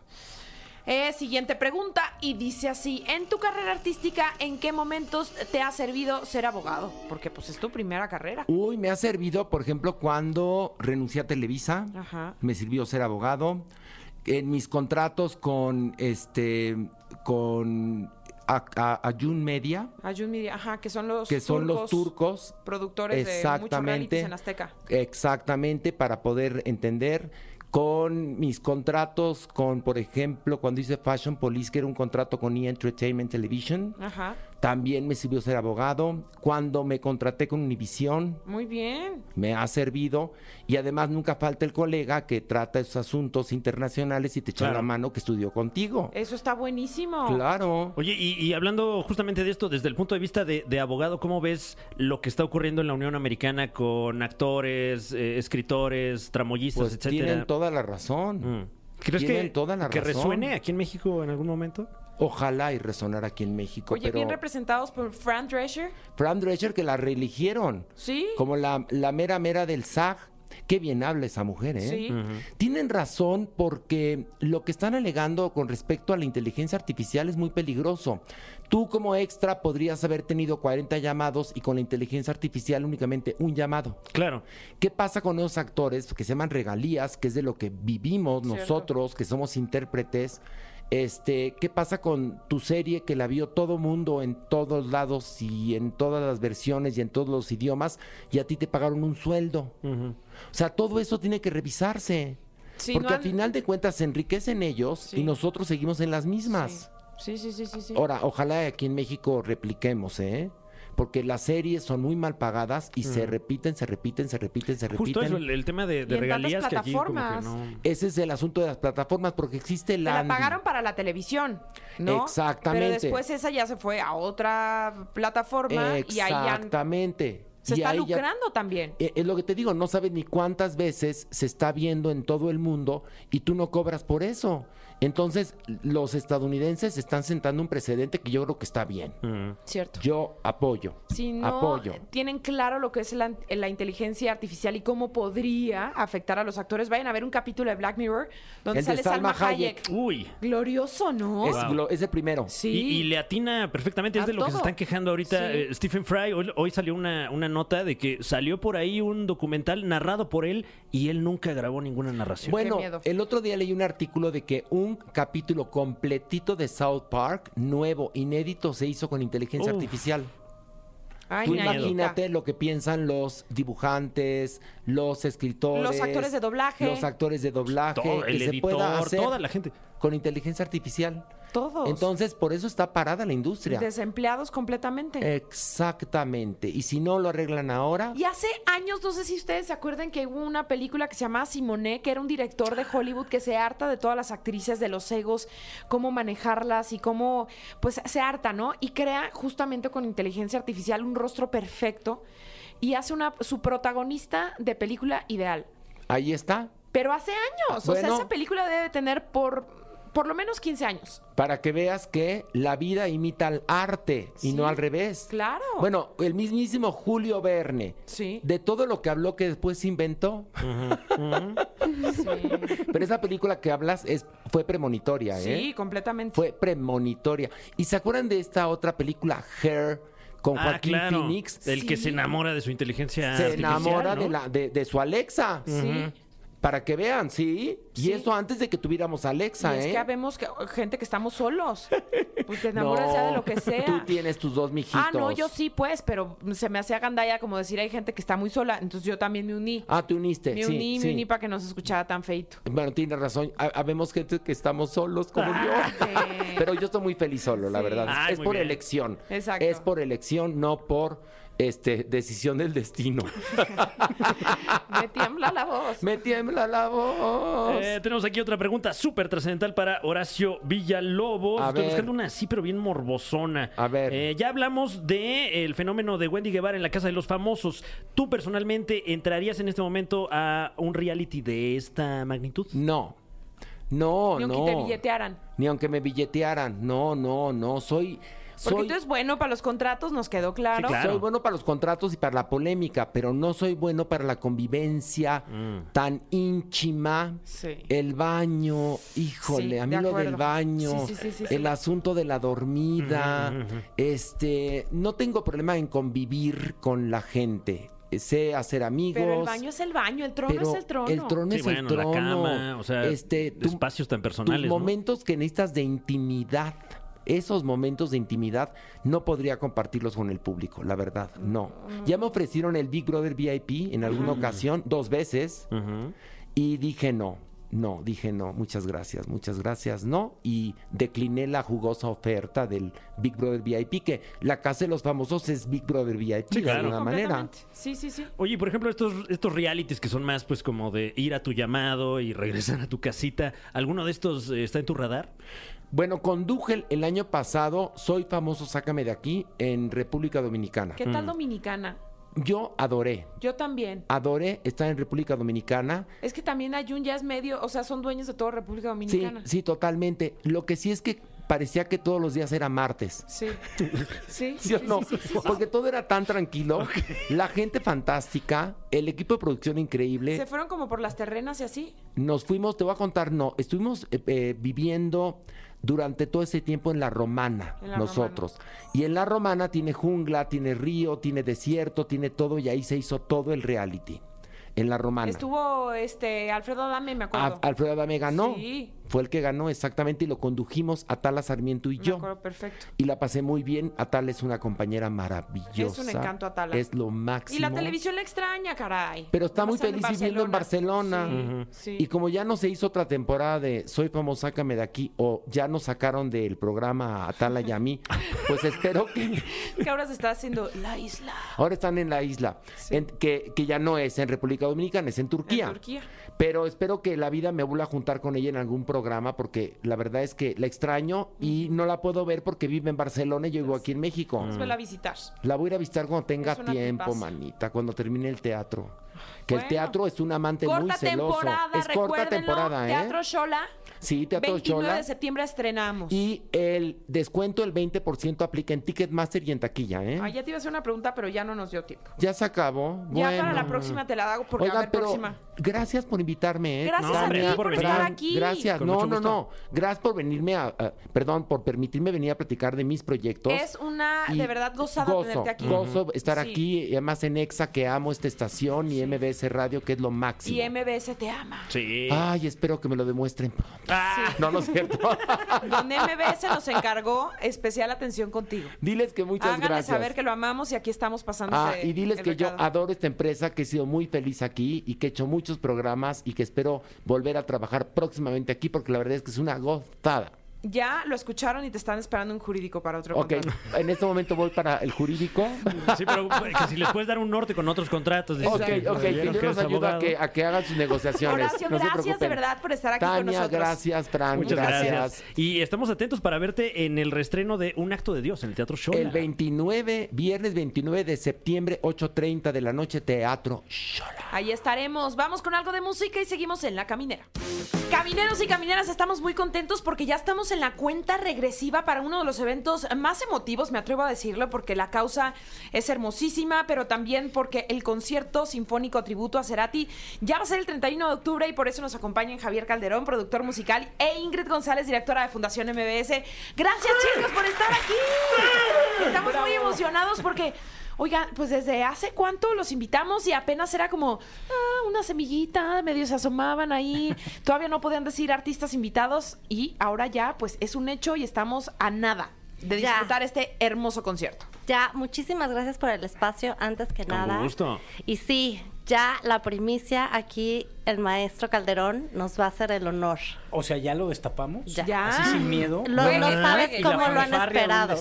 Speaker 1: Eh, siguiente pregunta y dice así, en tu carrera artística, ¿en qué momentos te ha servido ser abogado? Porque pues es tu primera carrera.
Speaker 3: Uy, me ha servido, por ejemplo, cuando renuncié a Televisa,
Speaker 1: Ajá.
Speaker 3: me sirvió ser abogado. En mis contratos con este con a, a- Ayun Media,
Speaker 1: Ayun Media, ajá, que son los
Speaker 3: que son los turcos.
Speaker 1: productores de muchos realities en Azteca.
Speaker 3: Exactamente, para poder entender con mis contratos, con, por ejemplo, cuando hice Fashion Police, que era un contrato con E! Entertainment Television,
Speaker 1: Ajá.
Speaker 3: también me sirvió ser abogado. Cuando me contraté con Univision,
Speaker 1: Muy bien.
Speaker 3: me ha servido y además nunca falta el colega que trata esos asuntos internacionales y te echa
Speaker 2: Claro.
Speaker 3: la mano que estudió contigo.
Speaker 1: Eso está buenísimo.
Speaker 3: Claro.
Speaker 2: Oye, y, y hablando justamente de esto, desde el punto de vista de, de abogado, ¿cómo ves lo que está ocurriendo en la Unión Americana con actores, eh, escritores, tramoyistas,
Speaker 3: Pues
Speaker 2: etcétera?
Speaker 3: tienen toda la razón.
Speaker 2: Mm. ¿Crees que,
Speaker 3: tienen toda la
Speaker 2: que
Speaker 3: razón.
Speaker 2: resuene aquí en México en algún momento?
Speaker 3: Ojalá y resonar aquí en México.
Speaker 1: Oye, bien
Speaker 3: pero
Speaker 1: representados por Fran Drescher.
Speaker 3: Fran Drescher que la reeligieron
Speaker 1: Sí.
Speaker 3: como la, la mera mera del SAG. Qué bien habla esa mujer, ¿eh?
Speaker 1: Sí.
Speaker 3: Tienen razón porque lo que están alegando con respecto a la inteligencia artificial es muy peligroso. Tú como extra podrías haber tenido 40 llamados y con la inteligencia artificial únicamente un llamado.
Speaker 2: Claro.
Speaker 3: ¿Qué pasa con esos actores que se llaman regalías, que es de lo que vivimos
Speaker 1: Cierto.
Speaker 3: nosotros, que somos intérpretes? Este, ¿qué pasa con tu serie que la vio todo mundo en todos lados y en todas las versiones y en todos los idiomas y a ti te pagaron un sueldo?
Speaker 2: Ujú.
Speaker 3: O sea, todo eso tiene que revisarse.
Speaker 1: Sí,
Speaker 3: porque
Speaker 1: no
Speaker 3: al
Speaker 1: han-
Speaker 3: final de cuentas se enriquecen ellos
Speaker 1: Sí.
Speaker 3: y nosotros seguimos en las mismas.
Speaker 1: Sí, sí, sí, sí. sí.
Speaker 3: Ahora, ojalá aquí en México repliquemos, ¿eh? Porque las series son muy mal pagadas y
Speaker 1: Mm.
Speaker 3: se repiten, se repiten, se repiten, se repiten.
Speaker 2: Justo eso, el, el tema de, de
Speaker 1: Y en tantas
Speaker 2: regalías que aquí como que
Speaker 1: plataformas.
Speaker 2: no-
Speaker 3: Ese es el asunto de las plataformas porque existe
Speaker 1: Te
Speaker 3: la...
Speaker 1: la pagaron para la televisión, ¿no?
Speaker 3: Exactamente.
Speaker 1: Pero después esa ya se fue a otra plataforma y ahí ya
Speaker 3: Exactamente.
Speaker 1: se
Speaker 3: Y
Speaker 1: está
Speaker 3: ahí ya-
Speaker 1: lucrando también.
Speaker 3: Eh, Es lo que te digo, no sabes ni cuántas veces se está viendo en todo el mundo y tú no cobras por eso. Entonces, los estadounidenses están sentando un precedente que yo creo que está bien.
Speaker 2: Ujú.
Speaker 1: Cierto.
Speaker 3: Yo apoyo.
Speaker 1: si no
Speaker 3: apoyo.
Speaker 1: tienen claro lo que es la, la inteligencia artificial y cómo podría afectar a los actores, vayan a ver un capítulo de Black Mirror donde
Speaker 3: El de
Speaker 1: sale Salma,
Speaker 3: Salma
Speaker 1: Hayek.
Speaker 2: Uy.
Speaker 1: Glorioso, ¿no?
Speaker 3: Es,
Speaker 2: Wow.
Speaker 3: glo- es el primero.
Speaker 1: Sí.
Speaker 2: Y, y le atina perfectamente, es
Speaker 1: A
Speaker 2: de lo que se
Speaker 1: todo.
Speaker 2: están quejando ahorita.
Speaker 1: Sí.
Speaker 2: eh, Stephen Fry, hoy, hoy salió una, una nota de que salió por ahí un documental narrado por él y él nunca grabó ninguna narración.
Speaker 3: Bueno,
Speaker 1: Qué miedo.
Speaker 3: el otro día leí un artículo de que un capítulo completito de South Park, nuevo, inédito, se hizo con inteligencia
Speaker 2: Uf.
Speaker 3: artificial.
Speaker 1: Ay,
Speaker 3: Tú
Speaker 1: nanita.
Speaker 3: imagínate lo que piensan los dibujantes, los escritores,
Speaker 1: Los actores de doblaje.
Speaker 3: los actores de doblaje,
Speaker 2: Todo,
Speaker 3: que
Speaker 2: el
Speaker 3: se
Speaker 2: editor,
Speaker 3: pueda hacer
Speaker 2: toda la gente.
Speaker 3: con inteligencia artificial.
Speaker 1: Todos.
Speaker 3: Entonces, por eso está parada la industria.
Speaker 1: Desempleados completamente.
Speaker 3: Eh. Exactamente. Y si no lo arreglan ahora,
Speaker 1: Y hace años, no sé si ustedes se acuerdan que hubo una película que se llamaba Simone, que era un director de Hollywood que se harta de todas las actrices, de los egos, cómo manejarlas y cómo, pues se harta, ¿no? Y crea justamente con inteligencia artificial un rostro perfecto y hace una su protagonista de película ideal.
Speaker 3: ahí está.
Speaker 1: Pero hace años, o sea,
Speaker 3: Bueno.
Speaker 1: esa película debe tener por por lo menos 15 años.
Speaker 3: Para que veas que la vida imita al arte y
Speaker 1: Sí,
Speaker 3: no al revés.
Speaker 1: claro.
Speaker 3: Bueno, el mismísimo Julio Verne.
Speaker 1: Sí.
Speaker 3: De todo lo que habló que después se inventó.
Speaker 1: Sí,
Speaker 3: Pero esa película que hablas es, fue premonitoria, ¿eh?
Speaker 1: Sí, completamente.
Speaker 3: Fue premonitoria. ¿Y se acuerdan de esta otra película, Hair, con
Speaker 2: Ah,
Speaker 3: Joaquín
Speaker 2: claro.
Speaker 3: Phoenix?
Speaker 2: El que
Speaker 1: Sí.
Speaker 2: se enamora de su inteligencia
Speaker 3: se
Speaker 2: artificial,
Speaker 3: enamora
Speaker 2: ¿no? Mm.
Speaker 3: de, la, de, de su Alexa.
Speaker 1: Sí.
Speaker 3: Para que vean, ¿sí?
Speaker 1: Sí.
Speaker 3: Y eso antes de que tuviéramos Alexa,
Speaker 1: Y es
Speaker 3: ¿eh?
Speaker 1: que vemos que, gente que estamos solos. Pues te enamoras ya de lo que sea.
Speaker 3: Tú tienes tus dos mijitos.
Speaker 1: Ah, no, yo sí, pues, pero se me hacía gandalla como decir hay gente que está muy sola, entonces yo también me uní.
Speaker 3: Ah, te uniste.
Speaker 1: me
Speaker 3: sí,
Speaker 1: uní,
Speaker 3: sí.
Speaker 1: me uní para que no se escuchara tan feito.
Speaker 3: Bueno, tienes razón. Ha- Habemos gente que estamos solos como
Speaker 1: Este,
Speaker 3: yo.
Speaker 1: Ah, sí.
Speaker 3: Pero yo estoy muy feliz solo, la
Speaker 1: Sí.
Speaker 3: verdad.
Speaker 2: Ay,
Speaker 3: es
Speaker 2: muy
Speaker 3: por
Speaker 2: bien.
Speaker 3: elección.
Speaker 1: Exacto.
Speaker 3: Es por elección, no por este decisión del destino.
Speaker 1: Me tiembla la voz.
Speaker 3: Me tiembla la voz.
Speaker 2: Eh, tenemos aquí otra pregunta súper trascendental para Horacio Villalobos.
Speaker 3: A
Speaker 2: Estoy
Speaker 3: ver.
Speaker 2: buscando una así, pero bien morbosona.
Speaker 3: A ver.
Speaker 2: Eh, ya hablamos del fenómeno de Wendy Guevara en la Casa de los Famosos. ¿Tú personalmente entrarías en este momento a un reality de esta magnitud?
Speaker 3: No. No,
Speaker 1: Ni aunque
Speaker 3: no.
Speaker 1: te billetearan.
Speaker 3: Ni aunque me billetearan. No, no, no. Soy.
Speaker 1: Porque
Speaker 3: Soy-
Speaker 1: tú eres bueno para los contratos, nos quedó claro.
Speaker 2: Sí, claro.
Speaker 3: Soy bueno para los contratos y para la polémica, pero no soy bueno para la convivencia
Speaker 1: Mm.
Speaker 3: tan íntima.
Speaker 1: Sí.
Speaker 3: El baño, híjole,
Speaker 1: Sí,
Speaker 3: a mí
Speaker 1: de
Speaker 3: lo del
Speaker 1: acuerdo.
Speaker 3: baño,
Speaker 1: Sí, sí, sí, sí, sí.
Speaker 3: el asunto de la dormida, este, no tengo problema en convivir con la gente, eh, sé hacer amigos.
Speaker 1: Pero el baño es el baño, el trono
Speaker 3: pero
Speaker 1: es el trono.
Speaker 3: El trono
Speaker 2: Sí,
Speaker 3: es el
Speaker 2: bueno, la
Speaker 3: trono. Este,
Speaker 2: cama, o sea,
Speaker 3: tu-
Speaker 2: espacios tan
Speaker 3: Tus
Speaker 2: personales, ¿no?
Speaker 3: momentos que necesitas de intimidad. Esos momentos de intimidad no podría compartirlos con el público, la verdad, no.
Speaker 1: Mm.
Speaker 3: Ya me ofrecieron el Big Brother VIP en alguna ocasión, dos veces,
Speaker 2: Ujú.
Speaker 3: y dije no, no, dije no, muchas gracias, muchas gracias, no. Y decliné la jugosa oferta del Big Brother VIP, que la casa de los famosos es Big Brother VIP
Speaker 2: Sí,
Speaker 3: de
Speaker 2: claro.
Speaker 3: alguna manera.
Speaker 1: Completamente. Sí, sí, sí.
Speaker 2: Oye, y por ejemplo, estos, estos realities que son más pues como de ir a tu llamado y regresar a tu casita, ¿alguno de estos eh, está en tu radar?
Speaker 3: Bueno, conduje el, el año pasado Soy Famoso, Sácame de Aquí en República Dominicana.
Speaker 1: ¿Qué tal Dominicana?
Speaker 3: Yo adoré,
Speaker 1: Yo también.
Speaker 3: adoré estar en República Dominicana.
Speaker 1: Es que también Ayun ya es medio, o sea, son dueños de toda República Dominicana.
Speaker 3: Sí, sí, totalmente. Lo que sí es que parecía que todos los días era martes.
Speaker 1: Sí. Sí.
Speaker 3: ¿Sí o
Speaker 1: sí,
Speaker 3: no?
Speaker 1: sí, sí, sí, sí.
Speaker 3: Porque todo era tan tranquilo, la gente fantástica, el equipo de producción increíble.
Speaker 1: Se fueron como por las terrenas y así.
Speaker 3: Nos fuimos, te voy a contar, no, estuvimos eh, eh, viviendo durante todo ese tiempo en la romana,
Speaker 1: En La
Speaker 3: nosotros. Y en la romana tiene jungla, tiene río, tiene desierto, tiene todo, y ahí se hizo todo el reality. En la romana.
Speaker 1: Estuvo este Alfredo Adame, me
Speaker 3: A-
Speaker 1: acuerdo.
Speaker 3: Alfredo Adame ganó.
Speaker 1: Sí.
Speaker 3: Fue el que ganó exactamente y lo condujimos a Tala Sarmiento y
Speaker 1: me
Speaker 3: yo.
Speaker 1: acuerdo perfecto.
Speaker 3: Y la pasé muy bien. Atala es una compañera maravillosa.
Speaker 1: Es un encanto, Atala.
Speaker 3: Es lo máximo.
Speaker 1: Y la televisión la extraña, caray.
Speaker 3: Pero está
Speaker 1: Nomás
Speaker 3: muy feliz
Speaker 1: sale
Speaker 3: viviendo en Barcelona.
Speaker 1: Sí, sí.
Speaker 3: Y como ya no se hizo otra temporada de Soy famoso, sácame de aquí, o ya nos sacaron del programa a Atala y a mí, pues espero que
Speaker 1: Que ahora se está haciendo la isla.
Speaker 3: ahora están en la isla,
Speaker 1: Sí.
Speaker 3: en- que, que ya no es en República Dominicana, es en Turquía.
Speaker 1: En Turquía.
Speaker 3: Pero espero que la vida me vuelva a juntar con ella en algún programa porque la verdad es que la extraño y no la puedo ver porque vive en Barcelona y yo vivo aquí en México.
Speaker 1: Nos vuelve a visitar.
Speaker 3: La voy a ir a visitar cuando tenga
Speaker 1: Es una
Speaker 3: tiempo,
Speaker 1: tipaza.
Speaker 3: manita, cuando termine el teatro. Que el
Speaker 1: Bueno.
Speaker 3: teatro es un amante muy
Speaker 1: Corta
Speaker 3: celoso.
Speaker 1: temporada,
Speaker 3: es corta
Speaker 1: recuérdenlo.
Speaker 3: temporada, ¿eh?
Speaker 1: Teatro Shola.
Speaker 3: sí, Teatro
Speaker 1: 29
Speaker 3: Chola.
Speaker 1: de septiembre estrenamos.
Speaker 3: Y el descuento del 20% aplica en Ticketmaster y en taquilla, ¿eh?
Speaker 1: Ay, ya te iba a hacer una pregunta, pero ya no nos dio tiempo.
Speaker 3: Ya se acabó.
Speaker 1: Ya
Speaker 3: bueno.
Speaker 1: para la próxima te la hago porque
Speaker 3: Oigan,
Speaker 1: a ver,
Speaker 3: pero
Speaker 1: próxima.
Speaker 3: gracias por invitarme. ¿eh?
Speaker 1: Gracias
Speaker 2: a ti por estar
Speaker 1: aquí.
Speaker 3: Gracias.
Speaker 2: Con
Speaker 3: no,
Speaker 2: mucho
Speaker 3: no,
Speaker 2: gusto.
Speaker 3: no. Gracias por venirme a, a- perdón, por permitirme venir a platicar de mis proyectos.
Speaker 1: Es una
Speaker 3: Y
Speaker 1: de verdad gozada
Speaker 3: gozo,
Speaker 1: tenerte aquí.
Speaker 3: Gozo estar
Speaker 1: Sí.
Speaker 3: aquí y además en Exa que amo esta estación y MBS Radio que es lo máximo.
Speaker 1: Y MBS te ama.
Speaker 2: Sí.
Speaker 3: Ay, espero que me lo demuestren.
Speaker 2: Ah,
Speaker 1: Sí.
Speaker 3: No, no es cierto.
Speaker 1: Donde MBS nos encargó especial atención contigo.
Speaker 3: diles que muchas
Speaker 1: Háganle
Speaker 3: gracias.
Speaker 1: saber que lo amamos y aquí estamos pasando.
Speaker 3: Ah, y diles que yo adoro esta empresa, que he sido muy feliz aquí y que he hecho muchos programas y que espero volver a trabajar próximamente aquí porque la verdad es que es una gozada.
Speaker 1: Ya lo escucharon y te están esperando un jurídico para otro
Speaker 3: Ok,
Speaker 1: contrato.
Speaker 3: en este momento voy para el jurídico.
Speaker 2: Sí, pero pues, que si les puedes dar un norte con otros contratos. dices
Speaker 3: Ok,
Speaker 2: que-
Speaker 3: ok,
Speaker 2: que
Speaker 3: que yo
Speaker 2: eres
Speaker 3: los ayudo a
Speaker 2: abogado.
Speaker 3: que, a que hagan sus negociaciones.
Speaker 1: Horacio,
Speaker 3: no se
Speaker 1: gracias de
Speaker 3: preocupen.
Speaker 1: verdad por estar aquí con
Speaker 3: Tania,
Speaker 1: nosotros.
Speaker 3: gracias, Fran,
Speaker 2: Muchas gracias.
Speaker 3: gracias.
Speaker 2: Y estamos atentos para verte en el restreno de Un Acto de Dios en el Teatro Show.
Speaker 3: El 29, viernes 29 de septiembre, 8.30 de la noche, Teatro Shola.
Speaker 1: Ahí estaremos. Vamos con algo de música y seguimos en la caminera. Camineros y camineras, estamos muy contentos porque ya estamos en la cuenta regresiva para uno de los eventos más emotivos, me atrevo a decirlo, porque la causa es hermosísima, pero también porque el concierto sinfónico tributo a Cerati ya va a ser el 31 de octubre y por eso nos acompañan Javier Calderón, productor musical, e Ingrid González, directora de Fundación MBS. Gracias, chicos, por estar aquí. Estamos muy emocionados porque Oigan, pues desde hace cuánto los invitamos y apenas era como ah, una semillita, medio se asomaban ahí, todavía no podían decir artistas invitados y ahora ya pues es un hecho y estamos a nada de
Speaker 6: Ya.
Speaker 1: disfrutar este hermoso concierto.
Speaker 6: Ya, muchísimas gracias por el espacio, antes que
Speaker 2: Con
Speaker 6: nada.
Speaker 2: gusto.
Speaker 6: Y sí, ya la primicia aquí, el maestro Calderón nos va a hacer el honor.
Speaker 7: O sea, ya lo destapamos.
Speaker 6: Ya.
Speaker 1: Ya.
Speaker 7: Así sin miedo.
Speaker 6: Lo-
Speaker 1: no sabes
Speaker 7: Y la
Speaker 6: cómo lo han
Speaker 7: fanfarria, ¿dónde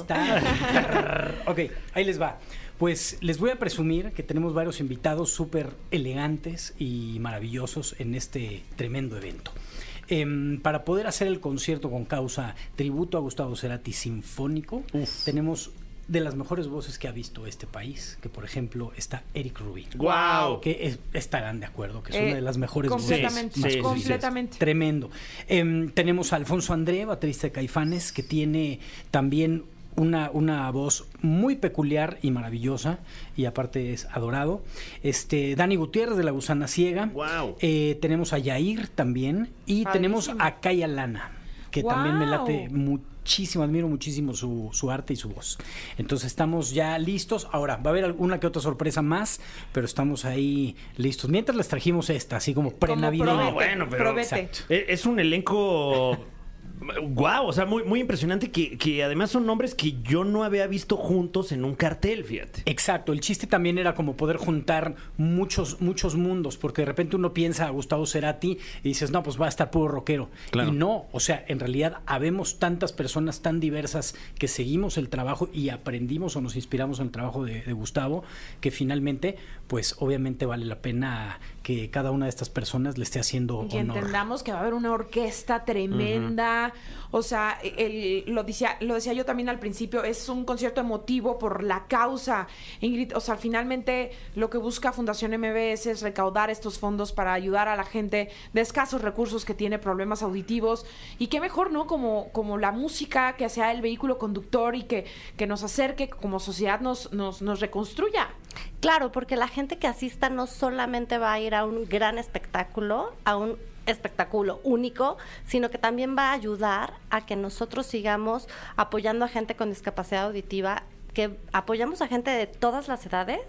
Speaker 6: esperado.
Speaker 7: está? ok, ahí les va. Pues les voy a presumir que tenemos varios invitados súper elegantes y maravillosos en este tremendo evento. Em, para poder hacer el concierto con causa tributo a Gustavo Cerati sinfónico, tenemos de las mejores voces que ha visto este país, que por ejemplo está Eric Rubin.
Speaker 2: ¡Guau!
Speaker 7: Que es- estarán de acuerdo que es
Speaker 1: Eh,
Speaker 7: una de las mejores voces.
Speaker 1: completamente,
Speaker 2: Sí, sí, sí.
Speaker 1: completamente.
Speaker 7: Tremendo. Em, tenemos a Alfonso André, baterista de Caifanes, que tiene también una, una voz muy peculiar y maravillosa, y aparte es adorado. Este, Dani Gutiérrez de La Gusana Ciega.
Speaker 2: Guau.
Speaker 7: Eh, tenemos a Yair también. Y tenemos
Speaker 1: Padrísimo.
Speaker 7: a Kaya Lana, que también me late
Speaker 1: Guau.
Speaker 7: muchísimo, admiro muchísimo su, su arte y su voz. Entonces estamos ya listos. Ahora, va a haber alguna que otra sorpresa más, pero estamos ahí listos. Mientras les trajimos esta, así como
Speaker 1: probete,
Speaker 7: pre-navideña.
Speaker 2: Ah, bueno, pero-
Speaker 1: probete.
Speaker 7: Exacto.
Speaker 2: Eh, Es un elenco. Guau, o sea, muy, muy impresionante que, que además son nombres que yo no había visto juntos en un cartel, fíjate.
Speaker 7: Exacto, el chiste también era como poder juntar muchos, muchos mundos, porque de repente uno piensa a Gustavo Cerati y dices, no, pues va a estar puro rockero.
Speaker 2: Claro.
Speaker 7: Y no, o sea, en realidad habemos tantas personas tan diversas que seguimos el trabajo y aprendimos o nos inspiramos en el trabajo de, de Gustavo, que finalmente, pues obviamente vale la pena que cada una de estas personas le esté haciendo
Speaker 1: Y
Speaker 7: honor.
Speaker 1: entendamos que va a haber una orquesta tremenda. O sea, el- lo, decía, lo decía yo también al principio, es un concierto emotivo por la causa. Ingrid, o sea, finalmente lo que busca Fundación MBS es recaudar estos fondos para ayudar a la gente de escasos recursos que tiene problemas auditivos. Y qué mejor, ¿no? Como, como la música que sea el vehículo conductor y que, que nos acerque, que como sociedad nos, nos, nos reconstruya.
Speaker 6: Claro, porque la gente que asista no solamente va a ir a un gran espectáculo, a un espectáculo único, sino que también va a ayudar a que nosotros sigamos apoyando a gente con discapacidad auditiva que apoyamos a gente de todas las edades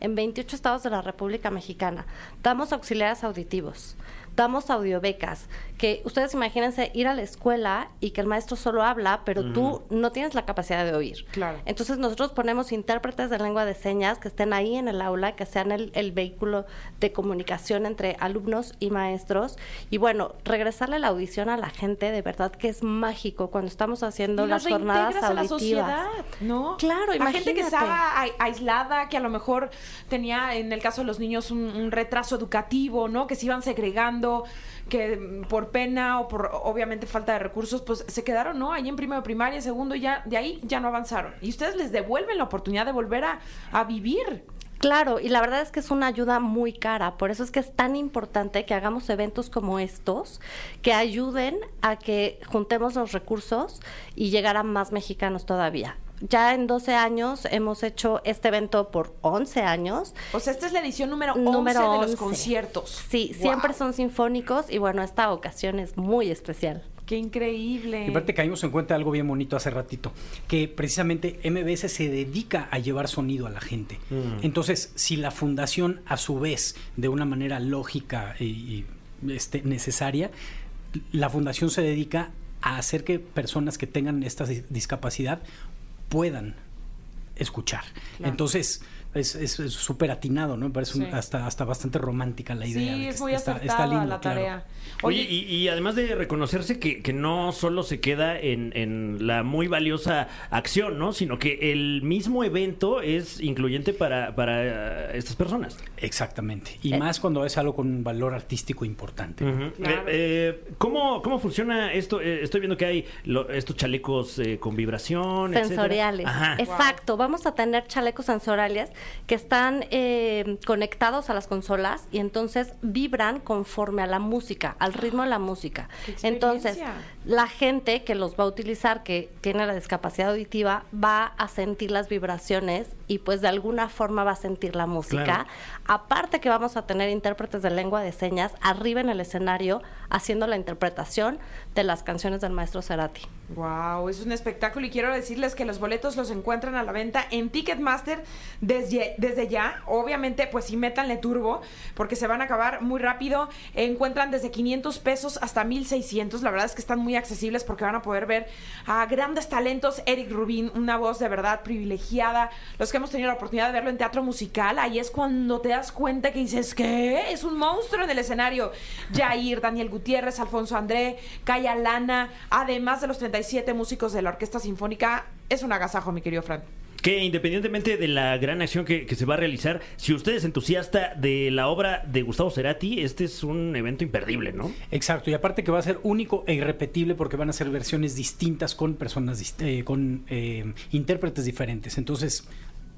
Speaker 6: en 28 estados de la República Mexicana. Damos auxiliares auditivos, damos audiobecas, que ustedes imagínense ir a la escuela y que el maestro solo habla, pero tú no tienes la capacidad de oír.
Speaker 1: Claro.
Speaker 6: Entonces nosotros ponemos intérpretes de lengua de señas que estén ahí en el aula, que sean el, el vehículo de comunicación entre alumnos y maestros. Y bueno, regresarle la audición a la gente, de verdad que es mágico cuando estamos haciendo
Speaker 1: Y
Speaker 6: las
Speaker 1: los
Speaker 6: jornadas
Speaker 1: reintegras
Speaker 6: auditivas.
Speaker 1: a la sociedad, ¿no?
Speaker 6: Claro,
Speaker 1: La gente que
Speaker 6: imagínate.
Speaker 1: estaba ai- aislada, que a lo mejor tenía, en el caso de los niños, un, un retraso educativo, ¿no? Que se iban segregando, que mm, por pena o por, obviamente, falta de recursos, pues se quedaron, ¿no? Ahí en primero de primaria, segundo, ya de ahí ya no avanzaron. Y ustedes les devuelven la oportunidad de volver a, a vivir.
Speaker 6: Claro, y la verdad es que es una ayuda muy cara, por eso es que es tan importante que hagamos eventos como estos, que ayuden a que juntemos los recursos y llegar a más mexicanos todavía. Ya en 12 años hemos hecho este evento por 11 años.
Speaker 1: O sea, esta es la edición número 11
Speaker 6: Número
Speaker 1: de los
Speaker 6: 11.
Speaker 1: conciertos.
Speaker 6: Sí,
Speaker 1: Wow.
Speaker 6: siempre son sinfónicos y bueno, esta ocasión es muy especial.
Speaker 1: Qué increíble.
Speaker 7: Y aparte caímos en cuenta de algo bien bonito hace ratito, que precisamente MBS se dedica a llevar sonido a la gente. Entonces, si la fundación a su vez, de una manera lógica y, y, este, necesaria, la fundación se dedica a hacer que personas que tengan esta dis- discapacidad puedan escuchar. Entonces, es es- es súper atinado, ¿no? Me parece un-
Speaker 1: Sí.
Speaker 7: hasta, hasta bastante romántica la idea. de
Speaker 1: sí,
Speaker 7: que
Speaker 1: es muy
Speaker 7: está- está
Speaker 1: acertada
Speaker 7: lindo,
Speaker 1: la
Speaker 7: claro.
Speaker 1: tarea.
Speaker 2: Oye, y, y además de reconocerse que, que no solo se queda en, en la muy valiosa acción, ¿no? Sino que el mismo evento es incluyente para, para eh, estas personas.
Speaker 7: Exactamente. Y
Speaker 6: Eh.
Speaker 7: más cuando es algo con un valor artístico importante.
Speaker 1: Claro.
Speaker 2: Eh, eh, ¿cómo, ¿Cómo funciona esto? Eh, estoy viendo que hay lo- estos chalecos eh, con vibración. etcétera.
Speaker 6: Sensoriales.
Speaker 2: Ajá.
Speaker 6: Exacto. Vamos a tener chalecos sensoriales que están eh, conectados a las consolas y entonces vibran conforme a la música, al ritmo de la música.
Speaker 1: ¡Qué
Speaker 6: Entonces,
Speaker 1: experiencia!
Speaker 6: la gente que los va a utilizar, que tiene la discapacidad auditiva, va a sentir las vibraciones y pues de alguna forma va a sentir la música.
Speaker 2: Claro.
Speaker 6: Aparte que vamos a tener intérpretes de lengua de señas arriba en el escenario haciendo la interpretación de las canciones del maestro Cerati.
Speaker 1: Wow, es un espectáculo y quiero decirles que los boletos los encuentran a la venta en Ticketmaster desde, desde ya. Obviamente, pues sí, métanle turbo porque se van a acabar muy rápido. Encuentran desde 500 pesos hasta 1600. La verdad es que están muy accesibles porque van a poder ver a grandes talentos. Eric Rubin, una voz de verdad privilegiada. Los que hemos tenido la oportunidad de verlo en teatro musical, ahí es cuando te das cuenta que dices, ¿qué? Es un monstruo en el escenario. Jair, Daniel Gutiérrez, Alfonso André, Calla Lana, además de los 37 músicos de la Orquesta Sinfónica. Es un agasajo, mi querido Fran.
Speaker 2: Que independientemente de la gran acción que, que se va a realizar, si usted es entusiasta de la obra de Gustavo Cerati, este es un evento imperdible, ¿no?
Speaker 7: Exacto, y aparte que va a ser único e irrepetible porque van a ser versiones distintas con personas, dist- eh, con eh, intérpretes diferentes. Entonces,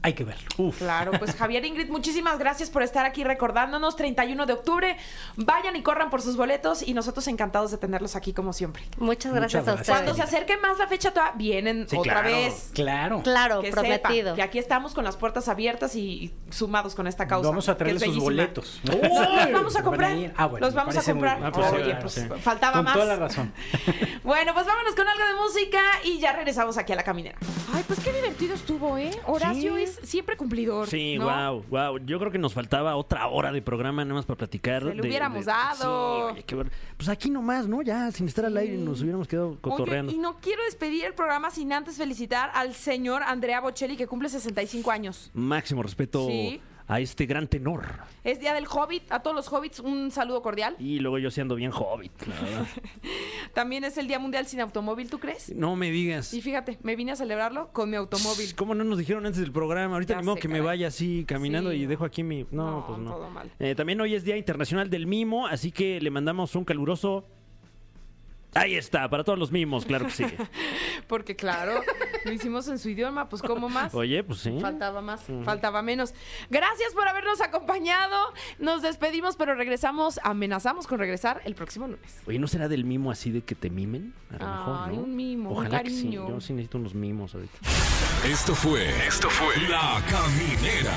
Speaker 7: hay que verlo.
Speaker 1: Claro, pues Javier Ingrid, muchísimas gracias por estar aquí recordándonos. 31 de octubre, vayan y corran por sus boletos y nosotros encantados de tenerlos aquí como siempre.
Speaker 6: Muchas
Speaker 7: Muchas
Speaker 6: gracias,
Speaker 7: gracias.
Speaker 6: a
Speaker 1: Cuando se
Speaker 6: ustedes.
Speaker 1: acerque más la fecha, toda- vienen
Speaker 2: Sí,
Speaker 1: otra
Speaker 2: claro.
Speaker 1: vez.
Speaker 7: Claro.
Speaker 6: Claro,
Speaker 1: Que
Speaker 6: prometido.
Speaker 1: sepa que aquí estamos con las puertas abiertas y y sumados con esta causa.
Speaker 7: Vamos a traerle
Speaker 1: que es
Speaker 7: sus
Speaker 1: bellísima.
Speaker 7: boletos.
Speaker 1: ¡Uy! los vamos a comprar.
Speaker 7: Van ir. Ah, bueno,
Speaker 1: los
Speaker 7: me
Speaker 1: vamos a
Speaker 7: parece muy
Speaker 1: comprar.
Speaker 7: bien.
Speaker 4: Ah, pues sí,
Speaker 1: Oye,
Speaker 4: claro,
Speaker 1: pues
Speaker 4: sí.
Speaker 1: faltaba
Speaker 7: Con
Speaker 1: más.
Speaker 7: toda la razón.
Speaker 1: Bueno, pues vámonos con algo de música y ya regresamos aquí a la caminera.
Speaker 8: Ay, pues qué divertido estuvo, ¿eh? Horacio
Speaker 2: Sí.
Speaker 8: es siempre cumplidor.
Speaker 2: Sí,
Speaker 8: ¿no?
Speaker 2: wow, wow. Yo creo que nos faltaba otra hora de programa nada más para platicar.
Speaker 1: Se lo
Speaker 2: de-
Speaker 1: hubiéramos
Speaker 2: de-
Speaker 1: dado.
Speaker 2: Sí, oye, qué bueno. Pues aquí nomás, ¿no? Ya, sin estar al aire nos hubiéramos quedado cotorreando.
Speaker 1: Oye, y no quiero despedir el programa sin antes felicitar al señor Andrea Bocelli, que cumple 65 años.
Speaker 2: Máximo respeto
Speaker 1: Sí.
Speaker 2: a este gran tenor.
Speaker 1: Es Día del Hobbit. A todos los hobbits, un saludo cordial.
Speaker 2: Y luego yo siendo bien hobbit, la verdad.
Speaker 1: También es el Día Mundial sin Automóvil, ¿tú crees?
Speaker 2: No me digas. Pues,
Speaker 1: Y fíjate, me vine a celebrarlo con mi automóvil.
Speaker 2: ¿Cómo no nos dijeron antes del programa? Ahorita
Speaker 1: Ya
Speaker 2: ni modo
Speaker 1: sé,
Speaker 2: que me
Speaker 1: caray.
Speaker 2: vaya así caminando
Speaker 1: Sí,
Speaker 2: y
Speaker 1: no.
Speaker 2: dejo aquí mi. No,
Speaker 1: No,
Speaker 2: pues no.
Speaker 1: todo mal.
Speaker 2: Eh, también hoy es Día Internacional del Mimo, así que le mandamos un caluroso. Ahí está, para todos los mimos, claro que sí.
Speaker 1: Porque claro, lo hicimos en su idioma, pues ¿cómo más?
Speaker 2: Oye, pues sí.
Speaker 1: Faltaba más, faltaba menos. Gracias por habernos acompañado. Nos despedimos, pero regresamos, amenazamos con regresar el próximo lunes.
Speaker 2: Oye, ¿no será del mimo así de que te mimen? A lo mejor,
Speaker 1: Ay,
Speaker 2: ¿no?
Speaker 1: un mimo, un
Speaker 2: Ojalá que sí.
Speaker 1: cariño.
Speaker 2: Yo sí necesito unos mimos ahorita.
Speaker 5: Esto fue. Esto fue. La Caminera.